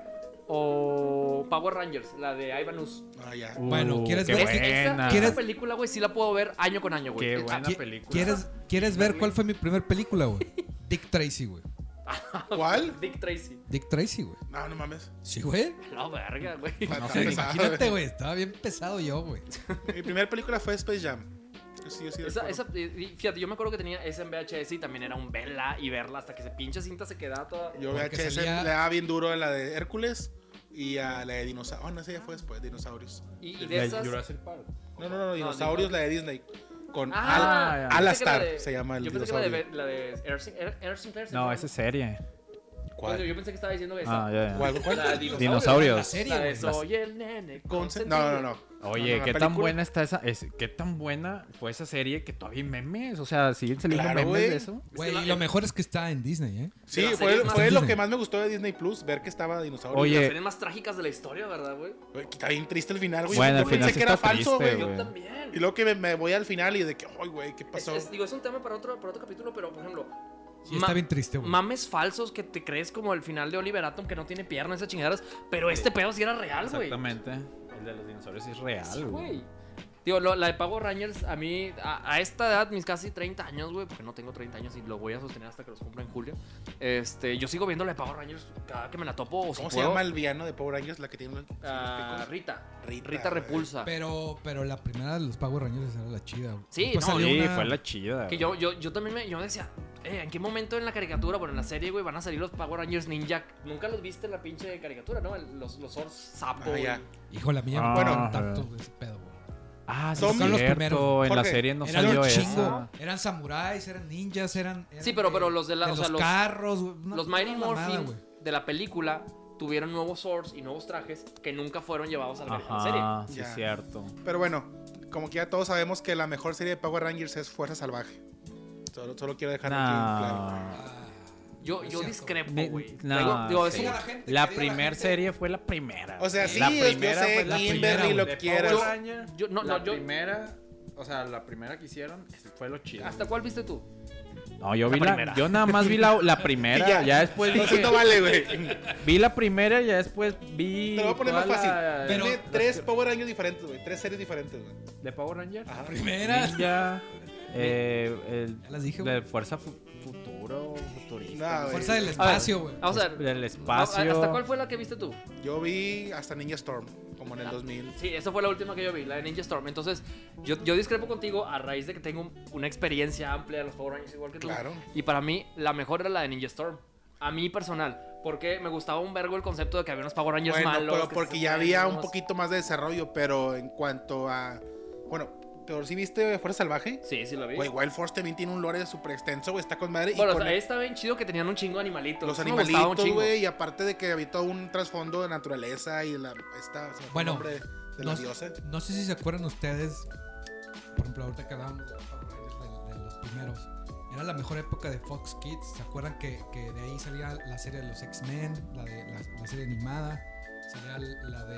o Power Rangers, la de Ivanus.
Ah, ya.
Bueno, ¿quieres
Uh, qué
ver-
Buena.
Esa,
¿Quieres-
esa película, güey, sí la puedo ver año con año, güey.
Qué
Eh,
buena
¿Qui-
película.
¿Quieres, ¿Quieres ver cuál fue mi primer película, güey? Dick Tracy, güey.
¿Cuál?
Dick Tracy.
Dick Tracy, güey.
No, no mames.
Sí, güey.
La verga, güey.
Está
Sí,
pesado,
imagínate,
güey.
güey. Estaba bien pesado yo, güey.
Mi primera película fue Space Jam. Yo sí, yo sí
Esa,
recuerdo.
esa, y- y fíjate, yo me acuerdo que tenía esa en VHS y también era un vela y verla hasta que se pinche cinta se quedaba toda.
Yo
Porque
VHS
salía-
le daba bien duro a la de Hércules y a la de dinosaurios. Ah, no, esa ya fue después, dinosaurios.
Y, y de esas.
No, no, no, dinosaurios, la de Disney. Con
Ah,
Al-
ya.
Alastar
Yo pensé que la de-
se llama el
yo pensé que la de,
dinosaurio.
Be- la de Air Sin- Air- Air Sinclair, ¿se
No,
llama?
esa es serie.
Yo,
¿Cuál?
yo pensé que estaba diciendo esa.
Ah, ya, ya.
¿Cuál? ¿Cuál?
La de
Dinosaurios.
La serie,
La de
güey.
soy el nene.
Conce- No, no, no.
Oye,
No, no,
qué
la
tan
película-
buena está esa. es- qué tan buena fue esa serie que todavía hay memes. O sea, siguen saliendo
Claro,
memes
güey.
de eso.
Güey, y lo mejor es que está en Disney, ¿eh?
Sí,
De las
fue,
series más-
fue lo que más me gustó de Disney Plus, ver que estaba dinosaurio.
Oye.
Oye.
Las series más trágicas de la historia, ¿verdad, güey?
Güey, Está bien triste el final, güey.
Bueno,
yo
al final
pensé
sí
que era
está
falso,
triste,
güey.
Yo
güey.
también.
Y luego que me, me voy al final y de que, ay, güey, ¿qué
Es-
pasó?
es- digo, es un tema para otro, para otro capítulo, pero por ejemplo.
Sí, está
ma-
bien triste, güey.
Mames falsos que te crees como el final de Oliver Atom que no tiene piernas, esas chingaderas. Pero este pedo sí era real, güey.
Exactamente. El de los dinosaurios es real,
Sí,
güey.
güey. Digo, lo- la de Power Rangers, a mí, a, a esta edad, mis casi 30 años, güey, porque no tengo 30 años y lo voy a sostener hasta que los cumpla en julio. Este, yo sigo viendo la de Power Rangers cada que me la topo. O si
¿Cómo se
puedo.
llama el villano de Power Rangers? La que tiene los,
Ah,
los picos.
Rita.
Rita,
Rita.
güey.
Repulsa.
Pero, pero la primera de los Power Rangers era la chida. güey.
Sí,
Después
no,
salió
Sí,
una-
fue la chida.
Que
güey.
yo, yo, yo también me yo decía, eh, ¿en qué momento en la caricatura, bueno, en la serie, güey, van a salir los Power Rangers Ninja? Nunca los viste en la pinche caricatura, ¿no? El- Los, los Zords
Ah,
Sapo. güey.
ya.
Hijo, la mía
Ah,
me bueno,
bueno.
tanto de ese pedo, güey.
Ah, sí,
Son
es
los
cierto,
primeros.
En la
Jorge,
serie no
eran
salió
un
esa.
chingo. Eran samuráis, eran ninjas, eran. eran
Sí, pero-
de-
pero los de la- o sea,
los
los-
carros, güey. Una-
Los Mighty
una mamada,
Morphin
güey.
de la película tuvieron nuevos Zords y nuevos trajes que nunca fueron llevados a la a la serie.
Ajá, sí,
Ya.
es cierto.
Pero bueno, como que ya todos sabemos que la mejor serie de Power Rangers es Fuerza Salvaje. Solo, solo quiero dejar aquí claro.
No.
Ah,
Yo,
no es
yo
cierto.
discrepo,
Ne-
Oh, güey.
no,
Digo- digo, es
sí.
un-
Diga la gente,
La
que diga la
primera
gente.
serie fue la primera.
O sea,
güey.
sí,
la
yo- yo
primera
sé,
fue la
primera,
Kimberly, lo
güey.
De
quieras.
Power Ranger,
yo- no,
la
no, yo-
primera, o sea, la primera que hicieron fue lo chido.
¿Hasta cuál viste tú?
No, yo vi
La
la,
primera.
yo nada más vi la, la primera,
Ya.
ya. después
No, sí,
dije,
Pues no vale, güey.
vi la primera, ya después vi
Te lo voy a poner más
toda
fácil.
la-
Pero-
Tiene tres Power Rangers diferentes, güey. Tres series diferentes, güey.
de Power Ranger,
Ajá.
Primera.
Ninja, eh, el-
Ya las dije,
de
güey.
Fuerza Fu- Futuro, Futurista,
No,
Fuerza del
güey.
espacio, güey.
Vamos a ver.
Pues, del espacio.
¿Hasta cuál fue la que viste tú?
Yo vi hasta Ninja Storm, como en
Ah.
el 2000.
Sí, esa fue la última que yo vi, la de Ninja Storm. Entonces, yo, yo discrepo contigo a raíz de que tengo un- una experiencia amplia de los Power Rangers igual que tú.
Claro.
Y para mí, la mejor era la de Ninja Storm. A mí personal. Porque me gustaba un vergo el concepto de que había unos Power Rangers
Bueno,
malos.
pero
que
porque
se
ya había un
buenos.
poquito más de desarrollo, pero en cuanto a... Bueno, pero si viste Fuerza Salvaje,
Sí, sí, la vi.
güey, Wild Force también tiene un lore súper extenso, güey, está con madre.
bueno,
y
o
con
sea, estaba bien chido que tenían un chingo de animalitos.
los
Eso me gustaba un
animalitos,
chingo.
güey, y aparte de que habitó un trasfondo de naturaleza y la... Esta, se me fue el
Bueno,
nombre de la
no,
diosa.
no sé si se acuerdan ustedes, por ejemplo, ahorita que hablábamos de, los Power Rangers, de- de los primeros. Era la mejor época de Fox Kids. ¿Se acuerdan que, que de ahí salía la serie de los X-Men, la, de- la, la serie animada? Salía la de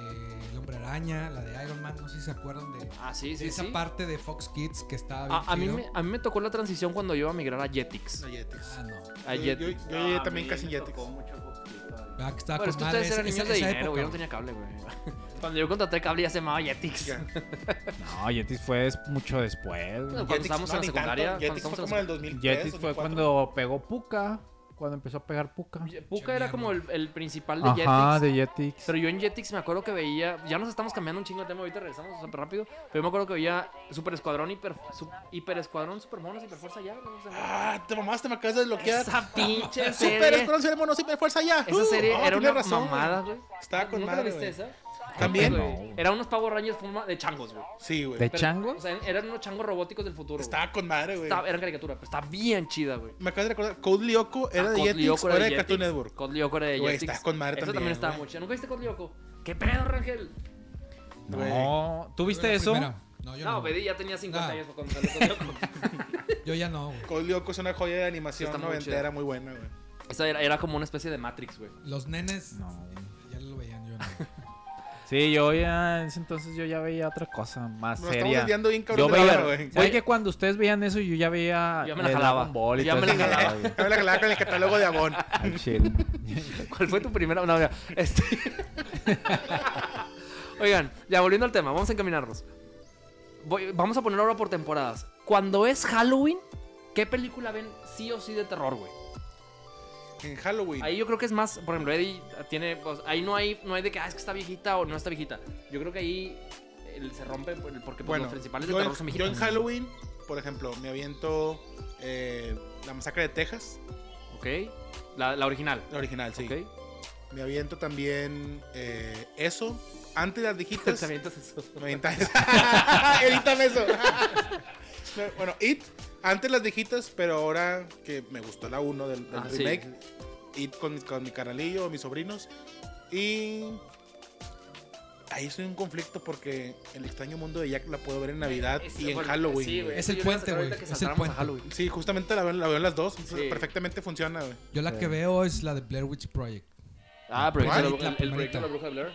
El Hombre Araña, la de Iron Man. No sé si se acuerdan de,
Ah, sí,
de
sí,
esa
sí.
parte de Fox Kids que estaba bien
A, a mí
chido.
me, a mí me tocó la transición cuando yo iba a migrar a Jetix.
No, Yetis.
Ah, no.
A
Yo-
Jetix.
Yo, yo
Ah,
llegué también casi en Jetix.
Ah, que estaba
Pero es
con
que
madre
ustedes eran
esa-
niños
esa-
de
esa
dinero,
época,
güey. Yo no
güey.
tenía cable, güey. Cuando yo contraté cable ya se llamaba Jetix.
Ya.
No, Yetis fue des- mucho después. güey.
Cuando estábamos en la
ni tanto.
secundaria, cuando
Jetix
estábamos
fue
en la
como en el 2003,
Yetis fue
2004.
cuando pegó Puka, cuando empezó a pegar Puka.
Puka era como el, el principal de
Ajá,
Jetix.
de Jetix.
Pero yo en Jetix me acuerdo que veía. Ya nos estamos cambiando un chingo de tema, ahorita regresamos súper rápido. Pero yo me acuerdo que veía Super Escuadrón, Hiper, Sup- Hiper Escuadrón, Super Monos, Hiper Fuerza ya. No sé,
Ah, te mamaste, me acabas de desbloquear.
esa pinche
Super
serie.
Escuadrón Ceremono, Super Fuerza ya.
Esa serie
Uh, ah,
era
tienes
una
razón, güey.
mamada, güey.
Estaba con
¿Nunca la
madre,
viste
güey.
esa?
También.
Sí,
No,
güey.
güey.
Eran unos Power Rangers forma de changos, güey.
Sí, güey.
¿De
Pero,
chango?
O sea, eran unos changos robóticos del futuro. güey.
Estaba con madre, güey.
Estaba- eran caricatura, pero está bien chida, güey.
Me acabas de recordar, Code Lyoko era de
Ah, Code
Jetix
Lyoko
o
era
era
de
de Cartoon
Jetix.
Network.
Cod Lyoko era de
Güey,
Jetix.
está con madre
Eso
también,
también estaba
güey.
mucho. ¿Nunca viste Cod Lyoko? ¿Qué pedo, Rangel?
No, ¿tú
La
viste eso?
primera. No, yo no.
No,
güey.
pedí, ya tenía 50
Ah.
No.
años cuando salió Cod Lyoko.
Yo ya no, güey.
Code Lyoko es una joya de animación
Sí, está muy
noventera muy buena, güey.
Esa era, era como una especie de Matrix, güey.
Los nenes
No.
ya lo veían, yo no.
Sí, yo ya en ese entonces yo ya veía otra cosa más
Nos estamos
seria.
desviando bien cabrón
Yo
de la
veía,
hora, güey.
güey, que cuando ustedes veían eso yo ya veía
Ya me la
el
jalaba.
Dragon Ball y
Ya
todo
me la
eso.
jalaba.
Ya me la jalaba con el catálogo de Avon.
Al chile.
¿Cuál fue tu primera? No, ya, este- Oigan, ya volviendo al tema, vamos a encaminarnos. Voy- vamos a poner ahora por temporadas. Cuando es Halloween, ¿qué película ven sí o sí de terror, güey?
En Halloween.
Ahí yo creo que es más, por ejemplo, Eddie tiene, pues, ahí no hay, no hay de que, ah, es que está viejita o no está viejita. Yo creo que ahí el- se rompe por- porque pues,
bueno,
los principales de
yo, en-
terror son
yo
mexicanos.
en Halloween, por ejemplo, me aviento eh, La Masacre de Texas,
Ok, la, la original.
la original, sí.
Ok,
Me aviento también eh, eso. Antes de las
Te
viejitas.
avientas eso.
me avienta eso. Edítame eso. No, bueno, It. Antes las viejitas, pero ahora que me gustó la 1 del, del
Ah, sí.
remake. It con, con mi carnalillo, mis sobrinos. Y. Ahí estoy en un conflicto porque el extraño mundo de Jack la puedo ver en Navidad
Es-
y en
bueno, sí,
Halloween.
güey,
güey.
Es el
yo iba a
puente,
sacar
güey,
ahorita que
es el
saltáramos a
puente.
Halloween.
Sí, justamente la veo, la veo en las dos. entonces
Sí.
Perfectamente funciona, güey.
Yo la que veo es la de Blair Witch Project.
Ah, pero el,
¿Cuál?
La
el, el proyecto
primerita.
de la bruja de Blair.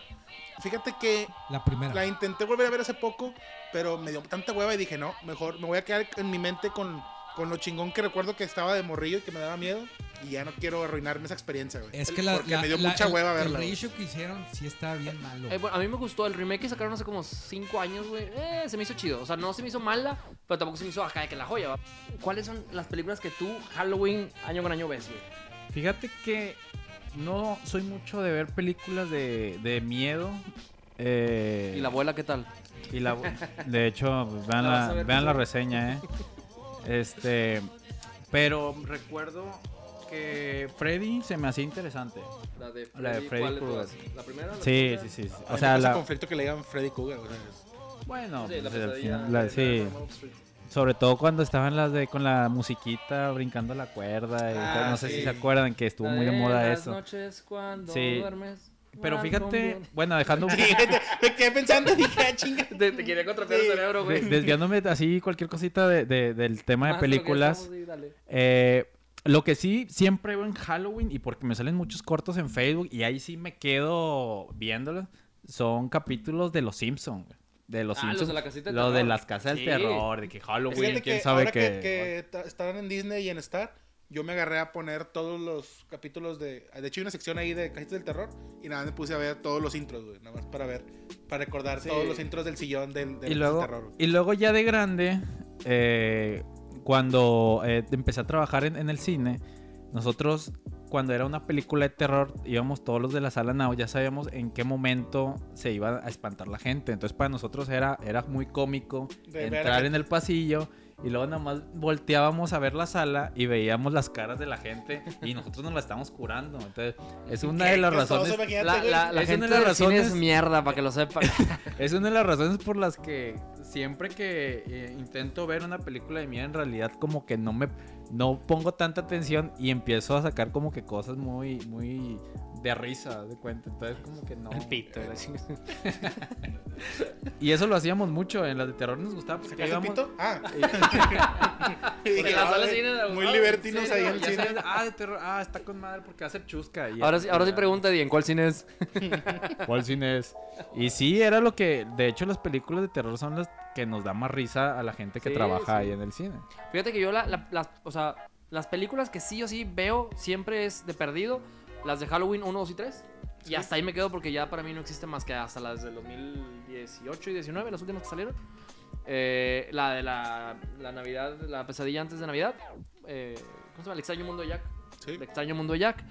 Fíjate que
La primera.
La intenté volver a ver hace poco, pero me dio tanta hueva y dije, no, mejor me voy a quedar en mi mente con, con lo chingón que recuerdo que estaba de morrillo y que me daba miedo. Y ya no quiero arruinarme esa experiencia, güey.
es que la,
Porque
la-
me dio
la-
mucha
el-
hueva verla.
El
güey.
reissue que hicieron sí está bien malo.
Eh, bueno, a mí me gustó el remake que sacaron hace como 5 años, güey. Eh, se me hizo chido. O sea, no se me hizo mala, pero tampoco se me hizo acá de que la joya. ¿va? ¿Cuáles son las películas que tú, Halloween, año con año ves, güey?
Fíjate que no soy mucho de ver películas de, de miedo. eh,
¿Y la abuela qué tal?
y la bu- de hecho, pues, vean,
La vas
la,
a ver
vean
tú.
la reseña, ¿eh? Este. Pero recuerdo que Freddy se me hacía interesante.
La de Freddy,
La de Freddy
¿cuál de
Krueger.
todas? ¿La primera? la
Sí,
segunda?
sí, sí. sí.
A mí
O
me
sea,
causa
la,
conflicto que le digan Freddy Cougar. o sea, es-
bueno,
Sí, la
pues, al
pesadilla
final, la-
de
sí.
Nightmare on Elm Street.
Sobre todo cuando estaban las de con la musiquita brincando la cuerda. y
Ah,
todo, no sé si
sí.
se acuerdan que estuvo
La
muy de
de
moda
las
eso.
noches cuando
Sí.
duermes.
Pero
mal
fíjate,
conviene.
bueno, dejando un-
Sí, te- me quedé pensando, dije, "Ah, chinga.
Te, te quería contrapear el
Sí.
cerebro, güey.
de- desviándome así cualquier cosita de- de- del
Más
tema de
lo que
películas.
estamos, sí, dale.
Eh, lo que sí siempre veo en Halloween y porque me salen muchos cortos en Facebook y ahí sí me quedo viéndolos son capítulos de Los Simpsons. De Los
Ah,
Simpsons.
los de la casita del
Los de
terror.
las casas
Sí.
del terror, de que Halloween,
Pues Fíjate
quién
que
sabe
ahora
qué.
que, que ta- estarán en Disney y en Star, yo me agarré a poner todos los capítulos de... De hecho, hay una sección ahí de Cajitas del Terror y nada, más me puse a ver todos los intros, güey. Nada más para ver, para recordar
Sí.
todos los intros del sillón del, del
y luego,
terror. güey.
y luego ya de grande, eh, cuando eh, empecé a trabajar en, en el cine, nosotros cuando era una película de terror, íbamos todos los de la sala now, ya sabíamos en qué momento se iba a espantar la gente. Entonces para nosotros era, era muy cómico
De ver a
entrar
gente.
en el pasillo. Y luego nada más volteábamos a ver la sala y veíamos las caras de la gente y nosotros nos la estábamos curando. Entonces, es una de
Qué
las
costoso,
razones.
imagínate,
La,
güey.
la, la
Es
gente
una de
de
las razones-
es mierda, para que lo sepan.
Es una de las razones por las que siempre que eh, intento ver una película de miedo, en realidad como que no me no pongo tanta atención y empiezo a sacar como que cosas muy muy de risa, de cuenta. Entonces como que no.
El pito. la chingada.
Y eso lo hacíamos mucho en las de terror nos gustaba porque
¿Sacas el
íbamos-
pito? Ah.
Porque
Dije,
las
"Ah,
salas
güey,
tienen algo-
Muy
ah,
libertinos
¿en
ahí
serio?
en el
Ya
cine.
sabes, ah, de terror, ah, está con madre porque va a ser chusca. y-
Ahora sí, ahora sí
ya.
pregunta, Eddie, ¿en cuál cine es?
¿Cuál cine es? Y sí, era lo que. De hecho, las películas de terror son las que nos da más risa a la gente que
Sí,
trabaja
sí.
ahí en el cine.
Fíjate que yo la- la- las, o sea, las películas que sí o sí veo siempre es de perdido, las de Halloween 1, 2 y 3. Y hasta ahí me quedo porque ya para mí no existe más que hasta las del 2018 y 19, las últimas que salieron. Eh, la de la, la Navidad, la pesadilla antes de Navidad. Eh, ¿Cómo se llama? El extraño mundo de Jack.
Sí,
El extraño mundo de Jack.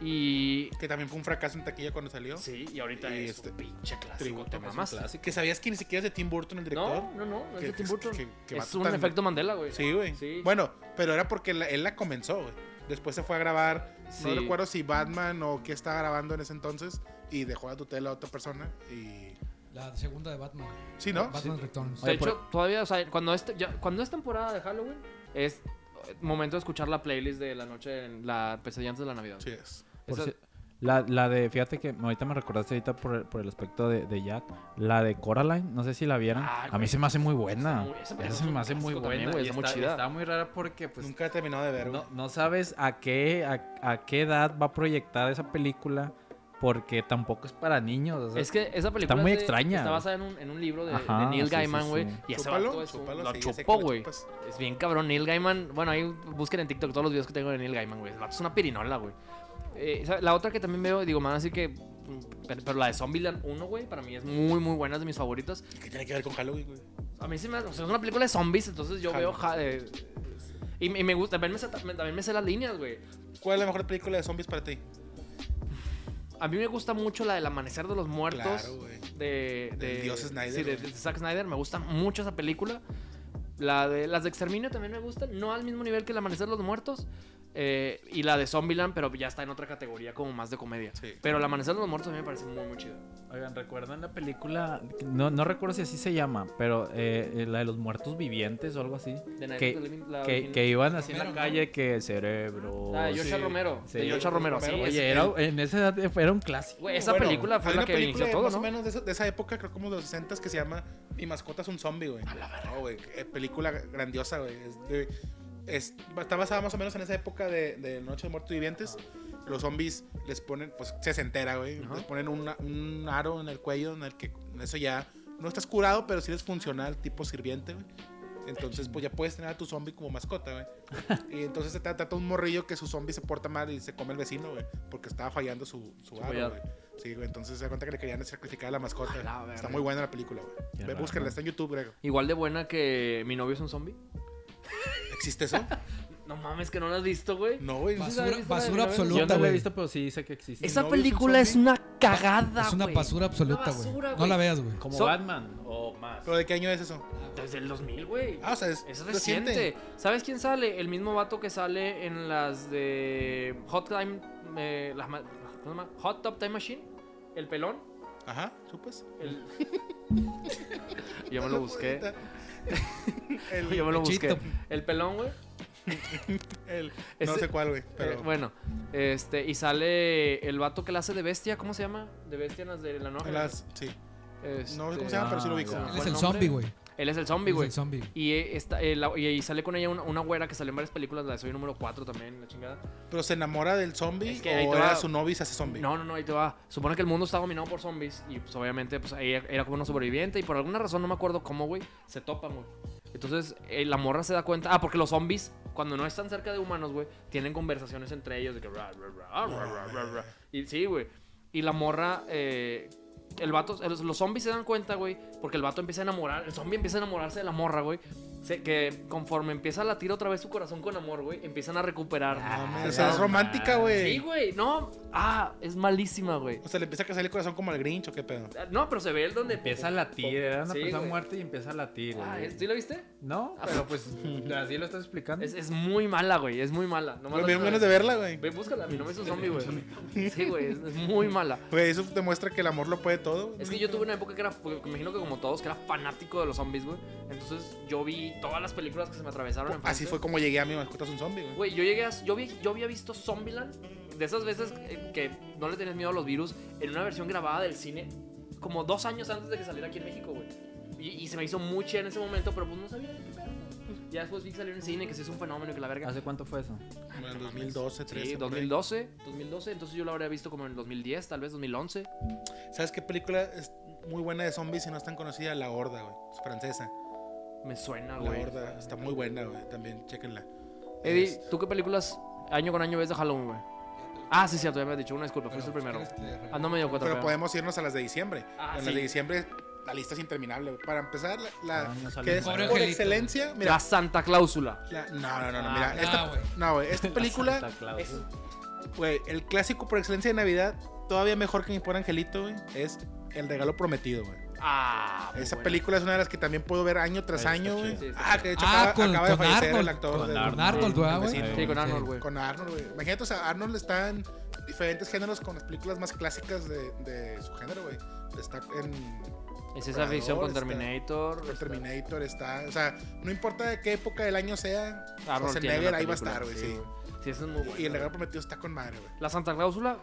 Y...
Que también fue un fracaso en taquilla cuando salió.
Sí, y ahorita
Y
es
este,
un pinche clásico.
tributo,
te
es un
mamaste.
Que sabías que ni siquiera es de Tim Burton el director.
No, no, no, no es
Que-
de Tim Burton.
que- que
es
vato
un
tan-
efecto Mandela, güey.
Sí, güey.
Sí.
Bueno, pero era porque la- él la comenzó, güey. Después se fue a grabar,
Sí.
no recuerdo si Batman o qué estaba grabando en ese entonces, y dejó la tutela a otra persona. Y.
La segunda de Batman.
Sí, ¿no?
Batman Returns.
De
Oye, por-
hecho, todavía, o sea, cuando es, ya- cuando es temporada de Halloween, es eh, momento de escuchar la playlist de la noche, en la pesadilla antes de la Navidad.
Sí, es.
Por
Esa-
si- la, la de, fíjate que ahorita me recordaste ahorita por, el- por el aspecto de, de Jack, la de Coraline, no sé si la vieron.
Ah,
a mí
güey.
se me hace muy
Está
buena.
muy- esa
Esa,
película es
se
un
me hace muy
clásico también,
buena.
güey,
y
está
está,
muy chida.
está muy rara porque pues
Nunca he terminado de ver, güey.
no, no sabes a qué, a, a qué edad va proyectada esa película porque tampoco es para niños. o sea,
Es que esa película
está muy
es de-
extraña,
Está
güey.
basada en un, en un libro de, de
Ajá,
Neil
sí,
Gaiman,
sí,
güey.
sí.
Y ese
Chúpalo,
vato es un-
chúpalo,
lo
sí, ya sé que
chupó,
lo
güey.
chupas.
Es bien cabrón Neil Gaiman. Bueno, ahí busquen en TikTok todos los videos que tengo de Neil Gaiman, güey. El vato es una pirinola, güey. Eh, ¿sabe? la otra que también veo, digo, man, así que. mm, Pero, pero la de Zombieland 1, güey, para mí es muy, muy buena, es de mis favoritas.
¿Y ¿Qué tiene que ver con Halloween, güey?
A mí sí me. O sea, es una película de zombies, entonces yo veo.
Halloween.
ja- eh, y, y me gusta, también me, sé, también me sé las líneas, güey.
¿Cuál es la mejor película de zombies para ti?
A mí me gusta mucho la del Amanecer de los Muertos.
Claro, güey.
de,
Del
de-
dios Snyder,
Sí, de,
güey.
de Zack Snyder. Me gusta mucho esa película. La de, las de Exterminio también me gustan. No al mismo nivel que El Amanecer de los Muertos. eh, y la de Zombieland, pero ya está en otra categoría como más de comedia.
Sí.
Pero El Amanecer de los Muertos a mí me parece muy, muy chida.
Oigan, ¿recuerdan la película? No, no recuerdo si así se llama, pero eh, eh, la de los muertos vivientes o algo así.
De Night
Que-
of the Living- la
Que,
original.
que iban así en la
Romero, ¿no?
calle, que cerebro.
La de George
sí.
Romero.
Sí.
De George Romero. sí, es-
Oye, era, en esa edad era un clásico.
güey, esa
Bueno,
película fue
hay
la
una
que
película
inició todo,
más o
¿no?
menos de esa, de esa época, creo como de los 60 que se llama Mi mascota es un zombie, güey. No, güey, qué película grandiosa, güey. Es de- es- está basada más o menos en esa época de, de Noche de Muertos Vivientes. Los zombies les ponen, pues se entera, güey.
Ajá.
Les ponen una- un aro en el cuello en el que con eso ya no estás curado, pero sí eres funcional, tipo sirviente, güey. Entonces, pues ya puedes tener a tu zombie como mascota, güey. Y entonces se trata de un morrillo que su zombie se porta mal y se come al vecino, güey. Porque estaba fallando su, su aro,
collado.
güey. Sí, güey. Entonces se da cuenta que le querían sacrificar a la mascota.
A la verga.
está muy buena la película, güey.
Qué
Ve,
raro.
Búsquenla, está en YouTube, Greg.
Igual de buena que Mi novio es un zombie.
¿Existe eso?
No mames, que no la has visto, güey.
No, güey.
Vas-
Basura,
¿Sí sabes?
basura
¿Sí sabes?
Yo
absoluta,
no la he
güey.
visto, pero sí sé que existe.
Es-
Esa
novio es un
película es,
zombie?
una cagada,
Es una
güey.
basura absoluta,
Una
güey.
basura,
No la
güey.
veas, güey.
Como
So-
Batman o más.
¿Pero de qué año es eso?
Desde el 2000, güey.
Ah, o sea, es,
Es reciente.
reciente.
¿Sabes quién sale? El mismo vato que sale en las de Hotline. eh, las ma- ¿cómo se llama? Hot Top Time Machine. El pelón.
Ajá, ¿supes?
el- Yo me lo busqué.
El,
Yo me lo
Pechito.
busqué. El pelón, güey.
el- no
Ese-
sé cuál, güey. Pero
Eh, bueno, este. Y sale el vato que la hace de bestia. ¿Cómo se llama? De bestia en las de la nueva.
las, sí.
generación.
No sé cómo
Este,
se llama, pero sí lo ubico.
Ah,
güey.
Él
buen
es el
nombre.
zombie, güey.
Él es el zombie,
Él es
güey.
el zombie.
Y, eh, está, eh, la- y ahí sale con ella una, una güera que salió en varias películas, la de Soy número 4 también, la chingada.
Pero se enamora del zombie
Es que ahí
o
te
era
va-
su novia y se hace zombie.
No, no, no, ahí te va. Supone que el mundo está dominado por zombies y pues obviamente pues ahí era como una sobreviviente y por alguna razón no me acuerdo cómo, güey, se topan, güey. Entonces eh, la morra se da cuenta, ah, porque los zombies cuando no están cerca de humanos, güey, tienen conversaciones entre ellos de que ra, ra, ra, ra, ra, ra, ra. y sí, güey. Y la morra eh, el vato, los, los zombies se dan cuenta, güey, porque el vato empieza a enamorar, el zombie empieza a enamorarse de la morra, güey. Se- que conforme empieza a latir otra vez su corazón con amor, güey, empiezan a recuperar.
o sea, es romántica, güey.
Sí, güey, no. Ah, es malísima, güey.
O sea, le empieza a crecer el corazón como al Grinch o qué pedo.
Ah, No, pero se ve el donde
Empieza a latir, era una
Sí,
persona
güey.
muerta y empieza a latir.
Ah,
güey.
¿es- ¿Sí lo viste?
No, pero pues así lo estás explicando.
Es, es muy mala, güey. Es muy mala. No
Me dieron ganas de verla, güey.
Ve, búscala. Mi nombre es un zombie, güey. Sí, güey. Es, es muy mala.
Güey, eso demuestra que el amor lo puede todo. güey.
Es que yo tuve una época que era, porque me imagino que como todos, que era fanático de los zombies, güey. Entonces yo vi todas las películas que se me atravesaron. enfrente.
Así fue como llegué a mi mascota es un zombie, güey.
Güey, yo llegué a. Yo, vi, yo había visto Zombieland. De esas veces eh, que no le tenías miedo a los virus. En una versión grabada del cine. Como dos años antes de que saliera aquí en México, güey. Y, y se me hizo muy chida en ese momento, pero pues no sabía de qué pedo. Ya después vi que salió en el cine, que sí es un fenómeno y que la verga.
¿Hace cuánto fue eso?
Como en el 2012, 13.
Sí, 2012, 2012, entonces yo lo habría visto como en 2010, tal vez 2011.
¿Sabes qué película es muy buena de zombies y no es tan conocida? La Horda, güey. Es francesa.
Me suena,
La
güey.
Horda está muy buena, güey. También, chéquenla. Este,
Eddie,
Es-
¿tú qué películas año con año ves de Halloween, güey? Ah, sí, cierto, ya me has dicho, una disculpa, fuiste el primero. Ah, güey.
Este, Ah,
Ando medio cuatro.
Pero
pedo.
pues, podemos irnos a las de diciembre.
Ah,
en
sí.
las de diciembre la lista es interminable. güey. Para empezar, la, la-
Ah, no sale
que es
Pobre
por
angelito.
excelencia,
La
mira.
Santa Cláusula.
la- no, no, no, no,
Ah,
mira.
no,
esta,
güey.
no, güey. Esta película,
es-
güey, el clásico por excelencia de Navidad, todavía mejor que mi pobre angelito, güey, es El regalo prometido, güey.
Ah, muy
Esa
buena.
película es una de las que también puedo ver año tras
Ahí está
año,
chido.
güey.
Sí, está
ah,
chido.
que de hecho
Ah,
acaba,
con-
acaba de
con
fallecer
Arnold.
el actor
Con
del-
Arnold.
Con Arnold,
Sí,
¿verdad,
sí,
güey.
Sí, con Arnold,
Sí.
güey.
Con Arnold, güey. Imagínate, o sea, Arnold está en diferentes géneros con las películas más clásicas de, de su género, güey. Está en
Es esa ficción con
Está-
Terminator.
con
está-
Terminator, está. O sea, no importa de qué época del año sea,
Arnold tiene
Schwarzenegger
la
ahí va a
película,
estar, güey, sí.
güey. Sí, esa es muy buena.
y el regalo prometido está con madre, güey.
La Santa Cláusula.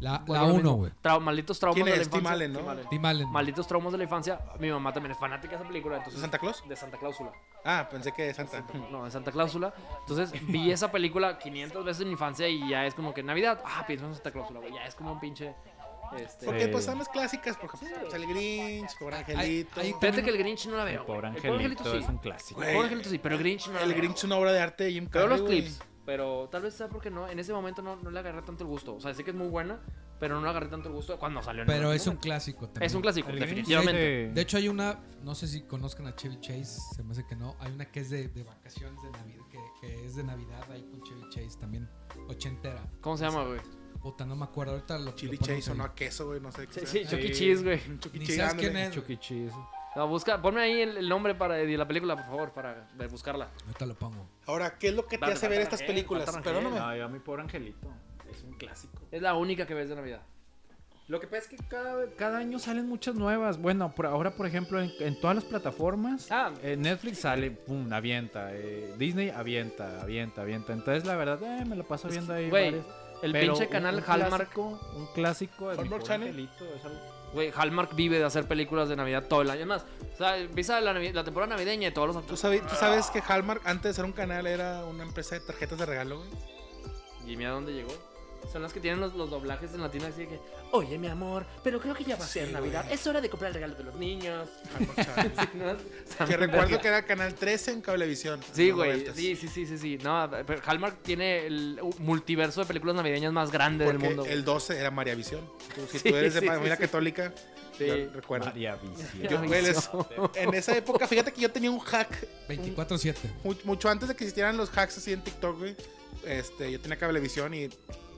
La
vuelvo a lo
1,
mismo.
güey.
Trau- malditos traumas
¿Quién
de la
es? Tim
infancia.
Allen, ¿no?
Tim Allen.
Malditos traumas de la infancia. Mi mamá también es fanática de esa película,
¿Es
entonces.
Santa Claus?
De Santa Cláusula.
Ah, pensé que Santa.
No, en Santa Cláusula. Entonces vi esa película 500 veces en mi infancia y ya es como que Navidad. Ah, pienso en Santa Cláusula, güey. Ya es como un pinche. Este...
Porque
Sí.
pues son las clásicas, porque pues, el Grinch, Pobre Angelito.
ahí-
Fíjate que el Grinch no la
El
veo.
pobre
güey.
angelito
sí.
es un clásico.
El pobre angelito sí, pero el Grinch no la
el
veo.
Grinch es una obra de arte de Jim
Veo
Carrey.
los
güey.
clips. Pero tal vez sea porque no, en ese momento no, no le agarré tanto el gusto. O sea, sé que es muy buena, pero no le agarré tanto el gusto cuando salió en el
Pero es un
2009.
clásico también.
Es un clásico,
El
definitivamente.
Grinch es de-
De hecho, hay una, no sé si conozcan a Chevy Chase, se me hace que no. Hay una que es de, de vacaciones de Navidad, que, que es de Navidad ahí con Chevy Chase también, ochentera.
¿Cómo se llama, güey?
Puta, no me acuerdo ahorita lo lo
Chili
ponemos
Chase
ahí.
sonó a queso, güey, Pues no sé
Sí,
qué. sea.
sí, Chucky
Sí.
Cheese, güey.
Un Chucky
Ni
Chase,
sabes
ándale.
quién es.
Chuck E. Cheese.
No, busca, ponme ahí el, el nombre para, de la película, por favor, para de buscarla.
Ahorita lo pongo.
Ahora, ¿qué es lo que te
Dale, eh,
hace ver
falta
estas
Rangel,
películas?
falta Rangel,
Perdóname.
yo a mi pobre angelito. Es un clásico.
Es la única que ves de Navidad.
Lo que pasa es que cada, cada año salen muchas nuevas. Bueno, por ahora, por ejemplo, en, en todas las plataformas,
Ah.
eh, Netflix sale, pum, avienta. eh, Disney avienta, avienta, avienta. Entonces, la verdad, eh, me lo paso viendo ahí.
Güey,
varias.
el
Pero
pinche
un-
canal
un
Hallmark,
clásico- un clásico de mi
Hallmark
pobre
Channel.
angelito, es algo-
güey, Hallmark vive de hacer películas de Navidad todo el año. Es más, o sea, empieza la, navi- la temporada navideña y todos los
¿Tú
actores.
sabes, tú sabes que Hallmark, antes de ser un canal, era una empresa de tarjetas de regalo, güey.
Jimmy, ¿a dónde llegó? Son las que tienen los, los doblajes en latina así de que, oye, mi amor, pero creo que ya va a
Sí,
ser Navidad.
güey.
Es hora de comprar el regalo de los niños.
Hallmark Channel.
Sí, ¿no? O sea,
que recuerdo que era Canal 13 en Cablevisión.
Sí,
en los
güey.
noventas.
Sí, sí, sí, sí, sí. No, pero Hallmark tiene el multiverso de películas navideñas más grande
Porque
del mundo. güey.
el 12 era María Visión. Tú, si
Sí,
tú eres de
sí,
familia
sí, sí.
católica,
Sí.
yo recuerdo.
María Visión.
Yo, güey, les- en esa época, fíjate que yo tenía un hack
24-7.
mu- mucho antes de que existieran los hacks así en TikTok, güey. Este, yo tenía cablevisión y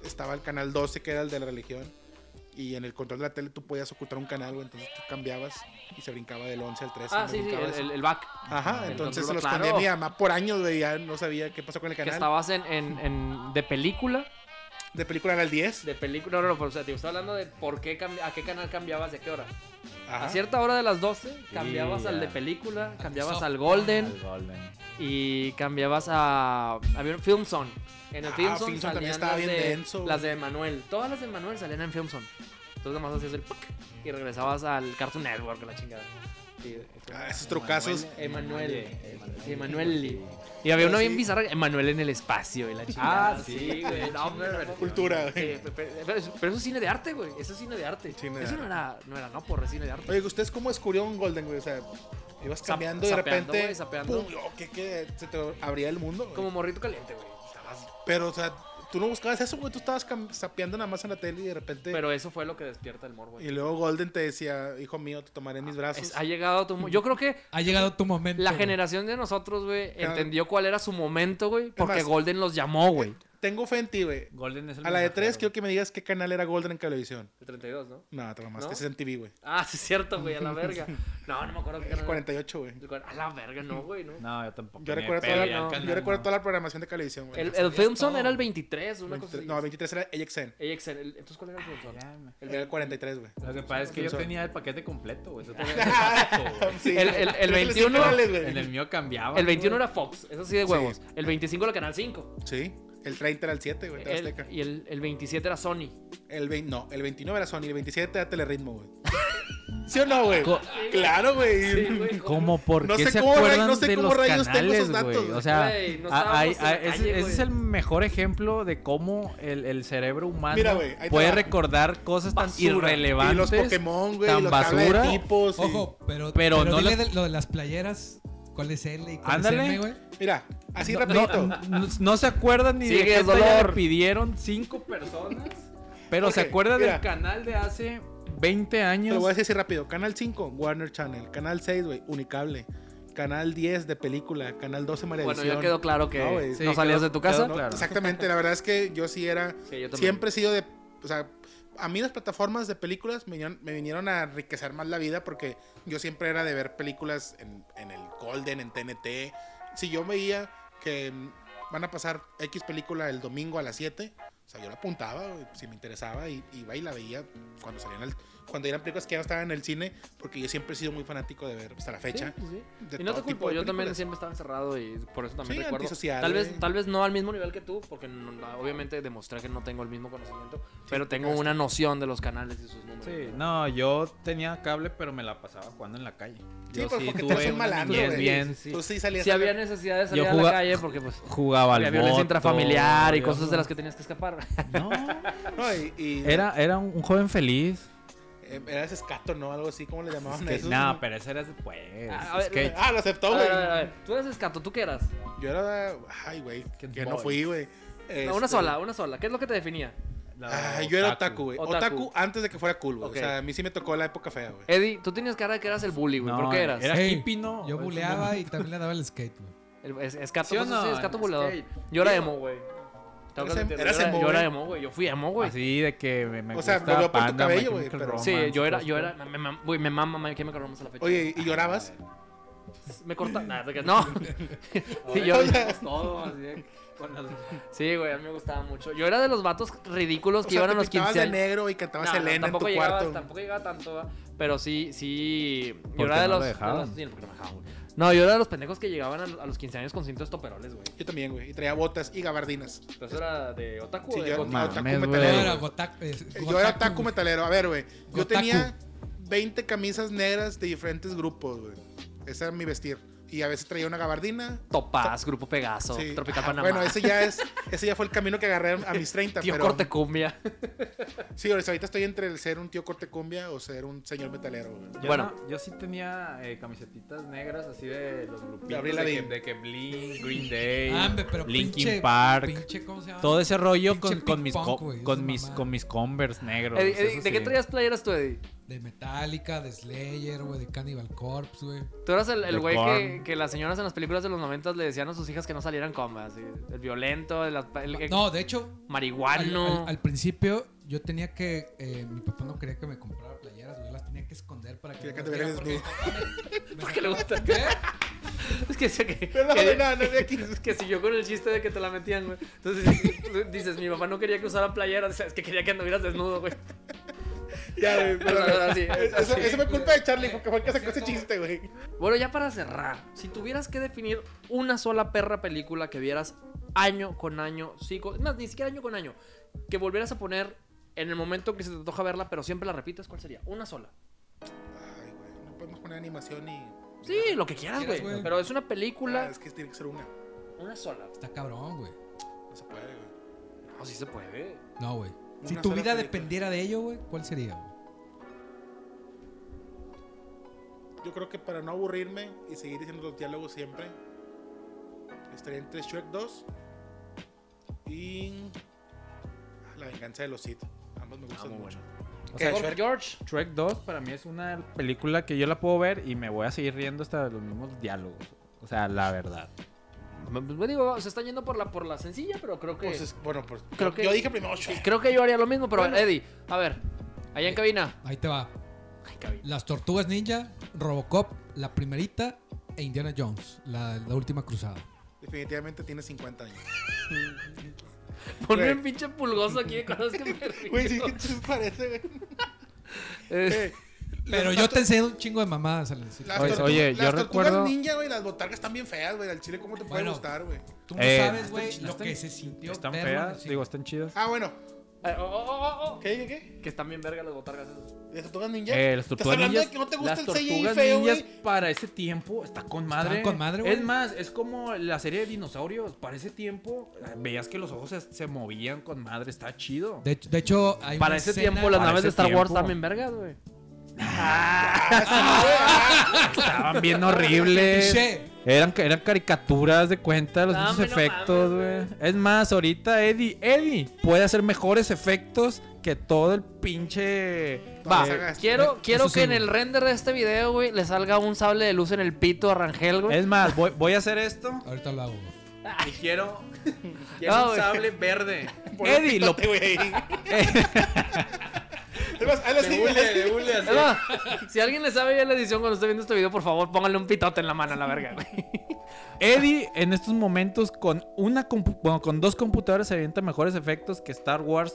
estaba el canal 12, que era el de la religión. Y en el control de la tele tú podías ocultar un canal, güey. Entonces tú cambiabas y se brincaba del 11 al 13.
Ah,
me
sí, sí,
brincaba
el,
eso.
el, el back.
Ajá,
el
entonces se
control,
los cambié a
claro.
mi mamá por años, güey. Ya no sabía qué pasó con el
Que
canal.
estabas en, en, en- de película.
De película era el 10.
De película, no, no, no, pero, o sea, te estaba hablando de por qué cambi- a qué canal cambiabas y a qué hora.
Ajá.
A cierta hora de las 12 cambiabas
ya.
al de película, cambiabas
soft.
al Golden
Al Golden.
y cambiabas a había un Film Zone. En el
Ah,
Film Zone
Film Zone
salían
también estaba
las
bien
de,
denso.
las de Manuel. Todas las de Manuel salían en Film Zone. Entonces nomás hacías el ¡puc! y regresabas al Cartoon Network, la chingada. Y-
Ah, esos trucazos.
Emanuel. Emanuel. Y había
Pero
una bien
sí.
bizarra, Emanuel en el espacio y la chingada.
Ah, sí,
güey. No, hombre,
Cultura, güey.
Sí, pero, pero eso pero eso es cine de arte, güey. Eso es cine de arte.
Cine de
eso no era, no era, no, por cine de arte.
Oye, ¿ustedes cómo descubrieron un Golden, güey? O sea, ibas
Zap-
cambiando y de
zapeando,
repente.
güey, zapeando.
¡pum! Oh, ¿qué, qué? Se te abría el mundo. güey.
Como morrito caliente, güey. Estabas-
Pero, o sea, tú no buscabas eso, güey. Tú estabas cam- sapeando nada más en la tele y de repente.
Pero eso fue lo que despierta el morbo.
Y luego Golden te decía, hijo mío, te tomaré en mis brazos.
Ah, Es- ha llegado tu. mo- Yo creo que
Ha llegado tu momento.
la
güey.
generación de nosotros, güey,
Claro.
entendió cuál era su momento, güey, porque
más- eh,
Golden los llamó, güey.
Tengo fe en ti, güey.
Golden es el
A la de
mensajero.
tres quiero que me digas qué canal era Golden en televisión.
El 32, ¿no?
No, te lo más
¿No?
que es en TV, güey.
Ah, sí, es cierto, güey, a la verga. No, no me acuerdo qué
El
canal.
48, güey.
El cuar- A la verga, no, güey, no.
No, yo tampoco.
Yo
ni
recuerdo,
de pedo,
toda la,
ya el
canal,
yo recuerdo
no.
toda la programación de televisión, güey.
El, el Film Zone era el 23, una
23
cosa
no,
así.
23 era AXN.
Ey, Excel, el- entonces, ¿cuál era el Film Zone?
Ya, me-
Era el 43, güey.
Lo que pasa es que yo
Pensó.
tenía el paquete completo, güey. Yo tenía el básico, güey.
Sí,
El- el- el
tres de los
21
canales, güey.
En el mío cambiaba.
El 21
güey.
era Fox, eso sí de huevos. El 25 era Canal 5.
Sí, el 30 era el 7, güey. Te
El-
Azteca.
y el, el 27 era Sony.
El 20, no, el 29 era Sony, el 27 era Teleritmo, güey. ¿Sí o no, güey? Claro, güey.
¿Cómo? ¿Por
No
qué
sé
se
cómo ra-
acuerdan
no sé
de
cómo
los
rayos tengo
canales,
esos datos,
güey?
güey.
O sea,
Güey, no
a- hay-
estábamos en la
hay- ese,
calle,
ese
güey.
es el mejor ejemplo de cómo el, el cerebro humano
Mira, güey, ahí te
puede
va.
recordar cosas tan
Basura.
irrelevantes.
Y los Pokémon, güey.
tan
y los tabla de
basura.
tipos. y-
Ojo, pero,
Pero
pero,
no
dile
la-
de- lo de las playeras. ¿Cuál es L y cuál
Ándale.
es M, güey?
Mira, así
No-
rapidito.
No, no- no se acuerdan ni de
Sigue
qué
el
talla le
dolor.
pidieron cinco personas, pero se
Ok,
acuerdan
mira.
del canal de hace 20
Te
años.
lo voy a decir así rápido. Canal 5, Warner Channel. Canal 6, güey, Unicable. Canal 10 de película. Canal 12, María
Bueno,
Visión.
ya quedó claro que
No, güey.
no
Sí,
salías
quedó-
de tu casa.
quedó claro.
Exactamente, la verdad es que yo sí era.
Sí, yo también.
siempre he sido de. O sea, a mí las plataformas de películas me vinieron, me vinieron a enriquecer más la vida porque yo siempre era de ver películas en, en el Golden, en TNT. Si yo veía que mm, van a pasar X película el domingo a las 7, o sea, yo la apuntaba güey, si me interesaba y iba y la veía cuando salían al- cuando eran películas que ya no estaban en el cine, porque yo siempre he sido muy fanático de ver hasta la fecha.
Sí, sí.
de
Y no te
todo tipo
culpo,
de
yo también
películas.
siempre estaba encerrado y por eso también
Sí,
recuerdo.
antisocial, eh.
Tal
güey.
vez, tal vez no al mismo nivel que tú, porque no- obviamente demostré que no tengo el mismo conocimiento, pero tengo una noción de los canales y sus números.
Sí, no, yo tenía cable, pero me la pasaba jugando en la calle.
Sí,
Yo
pues, porque tú
tuve
eres un
una
malandro,
niñez
güey. Pues,
bien,
Tú sí salías
Si
a ver-
había necesidad de salir
Yo
a la
jugaba-
calle, porque pues
jugaba al
había violencia
voto,
intrafamiliar y
había-
cosas de las que tenías que escapar.
No,
No, y- y-
era, era un, un joven feliz.
Eh, eh, Era escato, ¿no? Algo así, ¿cómo le llamaban
Es
a
que-
eso?
no, pero ese era después.
A- a ver,
es que-
Ah, lo aceptó,
a
güey.
ver, a ver, a ver. Tú eres escato, ¿tú qué eras?
Yo era. Ay, güey.
Qué
Yo no
boy.
fui, güey.
No, una
Este,
sola, una sola. ¿Qué es lo que te definía?
no,
Ay, Ah, yo era otaku, güey.
Otaku.
Otaku. antes de que fuera cool, güey.
Ok. Eh,
O sea, a mí sí me tocó la época fea, güey.
Eddie, tú tenías cara de que eras el bully, güey.
No,
¿Pero qué eras?
Era
Ey,
hippie, ¿no?
Yo buleaba eh. y también le daba el skate, güey.
El- es- escato,
¿Sí o
pues,
no?
sí, escato
El
volador.
skate.
Yo era emo, güey. Tengo que
Eras em-
admitirlo,
eras
yo era-
emo,
Yo era
güey.
emo, güey. Yo fui emo, güey.
Así de que me, me
O sea,
gusta
lo veo por tu
Panda, pues,
cabello,
My
güey,
Chemical
pero-
Sí,
Romance,
yo era,
todo
yo
esto.
era, me, me, güey, me mama, me quema que rompamos a la fecha.
Oye, ¿y llorabas?
me corta, nada, te creas. no. sí, yo, sí, güey, a mí me gustaba mucho. Yo era de los vatos ridículos
O
que
sea,
iban a
te
los 15
pintabas
años.
de negro y cantabas
No, no,
Elena en tu
tampoco llegaba-
cuarto.
Tampoco llegaba tanto, ¿va? pero sí, sí. Yo
Porque
era de
no lo
los. de
dejaban.
los- sí, porque no dejaban, güey. No, yo era de los pendejos que llegaban a, a los 15 años con cintos toperoles, güey.
Yo también, güey. Y traía botas y gabardinas.
Entonces era de otaku.
Sí,
o de
yo,
goth?
Mames,
otaku
güey.
Yo
metalero.
era
güey.
gotaku.
Yo era otaku metalero. A ver, güey. Yo
Gotaku.
tenía 20 camisas negras de diferentes grupos, güey. Ese era mi vestir. Y a veces traía una gabardina.
Topaz, Grupo Pegaso,
Sí.
Tropical
Ajá,
Panamá.
Bueno, ese ya es, ese ya fue el camino que agarré a mis 30,
Tío
pero
Corte Cumbia.
sí, ahorita estoy entre el ser un tío corte cumbia o ser un señor metalero. güey.
Yo
Bueno.
no, yo sí tenía eh, camisetitas negras así de los grupitos
De Avril
que,
Lavigne.
de que Blink, Green Day,
Ah, hombre, pero
Linkin
pinche-
Park,
pinche, ¿cómo se llama?
todo ese rollo
Pinche
con, con mis
punk,
co-
güey,
con
esa
mis
mamada.
con mis Converse negros.
Eddie,
pues, eso
Eddie, ¿De qué
sí.
traías playeras tú, Eddie?
De Metallica, de Slayer, güey, de Cannibal Corpse, güey.
Tú eras el, el
De
güey que,
Korn.
que las señoras en las películas de los 90 le decían a sus hijas que no salieran comas. El violento, el, el- Ah, el
No, de hecho, al,
marihuano.
al- al principio yo tenía que. eh, mi papá no quería que me comprara playeras, güey. Las tenía que esconder para que.
Quería que
no
te vieran
las vieran, porque-
Porque le gusta.
¿Qué?
Es que, que, que-
Perdón, güey, no, no, de aquí.
que siguió con el chiste de que te la metían, güey. Entonces dices, mi papá no quería que usaran playeras, es que quería que anduvieras desnudo, güey.
Ya, güey, pero-
No, no, no, sí,
Eso,
sí.
eso fue culpa de Charlie, porque fue el que sacó ese chiste, güey.
Bueno, ya para cerrar, si tuvieras que definir una sola perra película que vieras año con año, sí, con- es más, ni siquiera año con año, que volvieras a poner en el momento que se te antoja verla, pero siempre la repites, ¿cuál sería? Una sola.
Ay, güey, no podemos poner animación y.
Sí, lo que quieras,
Quieras,
güey.
güey.
Pero es una
Ah,
película,
es que tiene que ser una.
una sola.
Está cabrón, güey.
No se puede, güey.
No, sí se puede.
No, güey. Si
Una
tu
sola
vida
película.
dependiera de ello, güey, ¿cuál sería? güey?
Yo creo que para no aburrirme y seguir diciendo los diálogos siempre, estaría entre Shrek 2 y. ah, La venganza de los Sith. Ambos me gustan
Ah, muy
mucho.
O
Que
sea,
Shrek-
George.
Shrek 2 para mí es una película que yo la puedo ver y me voy a seguir riendo hasta de los mismos diálogos. O sea, la verdad.
Pues digo, se están yendo por la, por la sencilla, pero creo que.
Pues es- bueno, pues
Creo
yo,
que-
yo dije primero Shrek.
Creo que yo haría lo mismo, pero
Bueno. Eh,
Eddie, a ver, allá en cabina.
Ahí te va.
Ay, cabina.
Las Tortugas Ninja, Robocop, la primerita e Indiana Jones, la, la última cruzada.
Definitivamente tiene 50 años.
Ponme
Güey.
un pinche pulgoso aquí de cosas que me río.
Güey, sí, ¿qué te parece, güey?
Eh,
Eh,
Pero
las
yo
tortu-
te enseñé un chingo de mamadas al decir.
las
Oye,
tortugas-
oye,
las
yo
tortugas
recuerdo-
ninja, güey, las botargas están bien feas, güey. Al chile, ¿cómo te puede
Bueno.
gustar, güey?
Tú no
Eh,
sabes,
están
güey,
ch-
lo
están-
que se sintió.
Están
verlo en el
feas,
cine.
digo, están chidas.
Ah, bueno.
eh, oh, oh, oh, oh.
¿Qué, qué, qué?
Que están bien verga las botargas esas.
¿Las tortugas ninja?
Eh, las
¿Estás
tortugas
hablando
ninjas,
de que no te gusta
las
el CGI
tortugas
feo,
ninjas
güey?
para ese tiempo está con madre.
con madre, güey.
es más, es como la serie de dinosaurios. Para ese tiempo eh, veías que los ojos se, se movían con madre. Está chido.
De, hecho- de hecho, hay
Para
una
ese
escena-
tiempo, las
Para
naves de
ese
Star Wars
tiempo.
también vergas, güey.
Estaban bien horribles.
Che.
Eran, eran caricaturas de cuenta, los
No,
pinches
hombre, no
efectos,
mames,
güey. Es más, ahorita Eddie, Eddie puede hacer mejores efectos que todo el pinche.
Todas
Va,
las sagas.
quiero,
eh,
quiero
eso sí,
que en
güey.
el render de este video, güey, le salga un sable de luz en el pito a Rangel, güey.
Es más, voy, voy a hacer esto
Ahorita lo hago, güey.
y quiero,
quiero un sable
verde.
Por el
Eddie, lo, Eh,
pitote, güey. Es más, hazle así, hazle así.
Es más, si alguien le sabe ya la edición cuando esté viendo este video, por favor, póngale un pitote en la mano a la verga, güey.
Eddie en estos momentos con una compu- bueno, con dos computadoras se avienta mejores efectos que Star Wars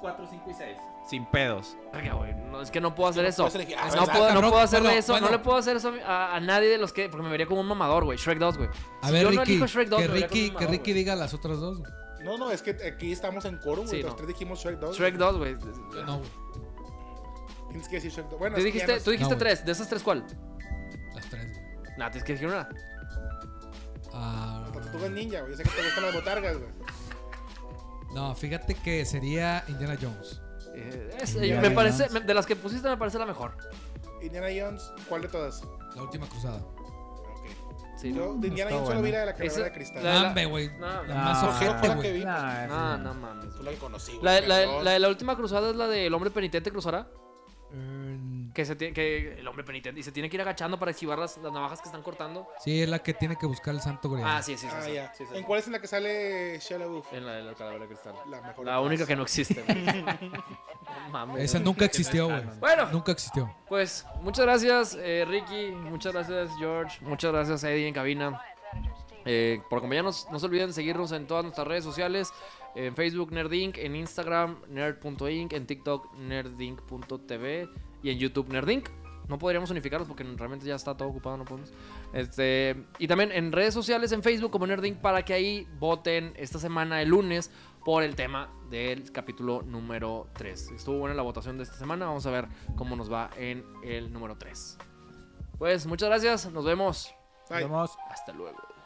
4, 5 y 6. Sin pedos.
Verga, güey, no, es que no puedo hacer eso.
puedes elegir. Ah,
No
¿verdad,
puedo, no
cabrón?
puedo hacerle
Bueno,
eso, no
bueno.
le puedo hacer eso a, a nadie de los que. Porque me vería como un mamador, güey. Shrek 2, güey.
A
Si
ver,
yo no
Ricky,
elijo Shrek 2,
que
me vería como un
Ricky, que
mamador,
Ricky
güey.
diga las otras dos. güey.
No, no, es que aquí estamos en coro, güey.
Sí,
los
no.
tres dijimos Shrek 2.
Shrek 2, güey.
Yo no, güey.
Tienes que decir Shrek 2. Bueno,
Tú
es que ya
dijiste,
no-
tú dijiste
No, güey.
tres. ¿De esas tres cuál?
Las tres, güey.
Nah, tienes que decir una.
Ah,
Las tortugas ninja, güey. Yo sé que te gustan las botargas, güey.
no, fíjate que sería Indiana Jones.
Eh, es- eh,
Indiana
me parece,
Jones.
me- de las que pusiste me parece la mejor.
Indiana Jones, ¿cuál de todas?
La última cruzada.
Ok.
Sí.
Yo de Indiana
Está
Jones solo vi
buena.
la de la calavera
Esa-
de cristal.
La-
Dame, güey.
no,
La
no.
más
No,
ojete,
fue la que
güey.
vi.
Nah, eso
No,
no.
Ah, no mames.
Tú la conocí. güey,
La, de- la de-
perdón.
la de la última cruzada es la del hombre penitente cruzará.
Mm.
Eh,
Que, se tiene, que el hombre penitente y se tiene que ir agachando para esquivar las, las navajas que están cortando.
Sí, es la que tiene que buscar el santo grial.
Ah, sí, sí, sí.
Ah,
sí,
ya.
sí, sí.
¿En cuál es en la que sale Shia LaBeouf?
En la de la calavera de cristal.
La mejor.
La única que no existe. güey. No mames.
Esa nunca existió, güey.
Bueno.
Nunca existió.
Pues muchas gracias, eh, Ricky. Muchas gracias, George. Muchas gracias, Eddie, en cabina. Eh, por acompañarnos, no se olviden seguirnos en todas nuestras redes sociales: en Facebook, Nerdinc, en Instagram, Nerd.inc, en TikTok, Nerdinc.tv y en YouTube, Nerdinc. No podríamos unificarlos porque realmente ya está todo ocupado, no podemos. Este, y también en redes sociales, en Facebook como Nerdinc, para que ahí voten esta semana, el lunes, por el tema del capítulo número 3. Estuvo buena la votación de esta semana, vamos a ver cómo nos va en el número 3. Pues muchas gracias, nos vemos.
Ay.
Vamos.
Hasta luego.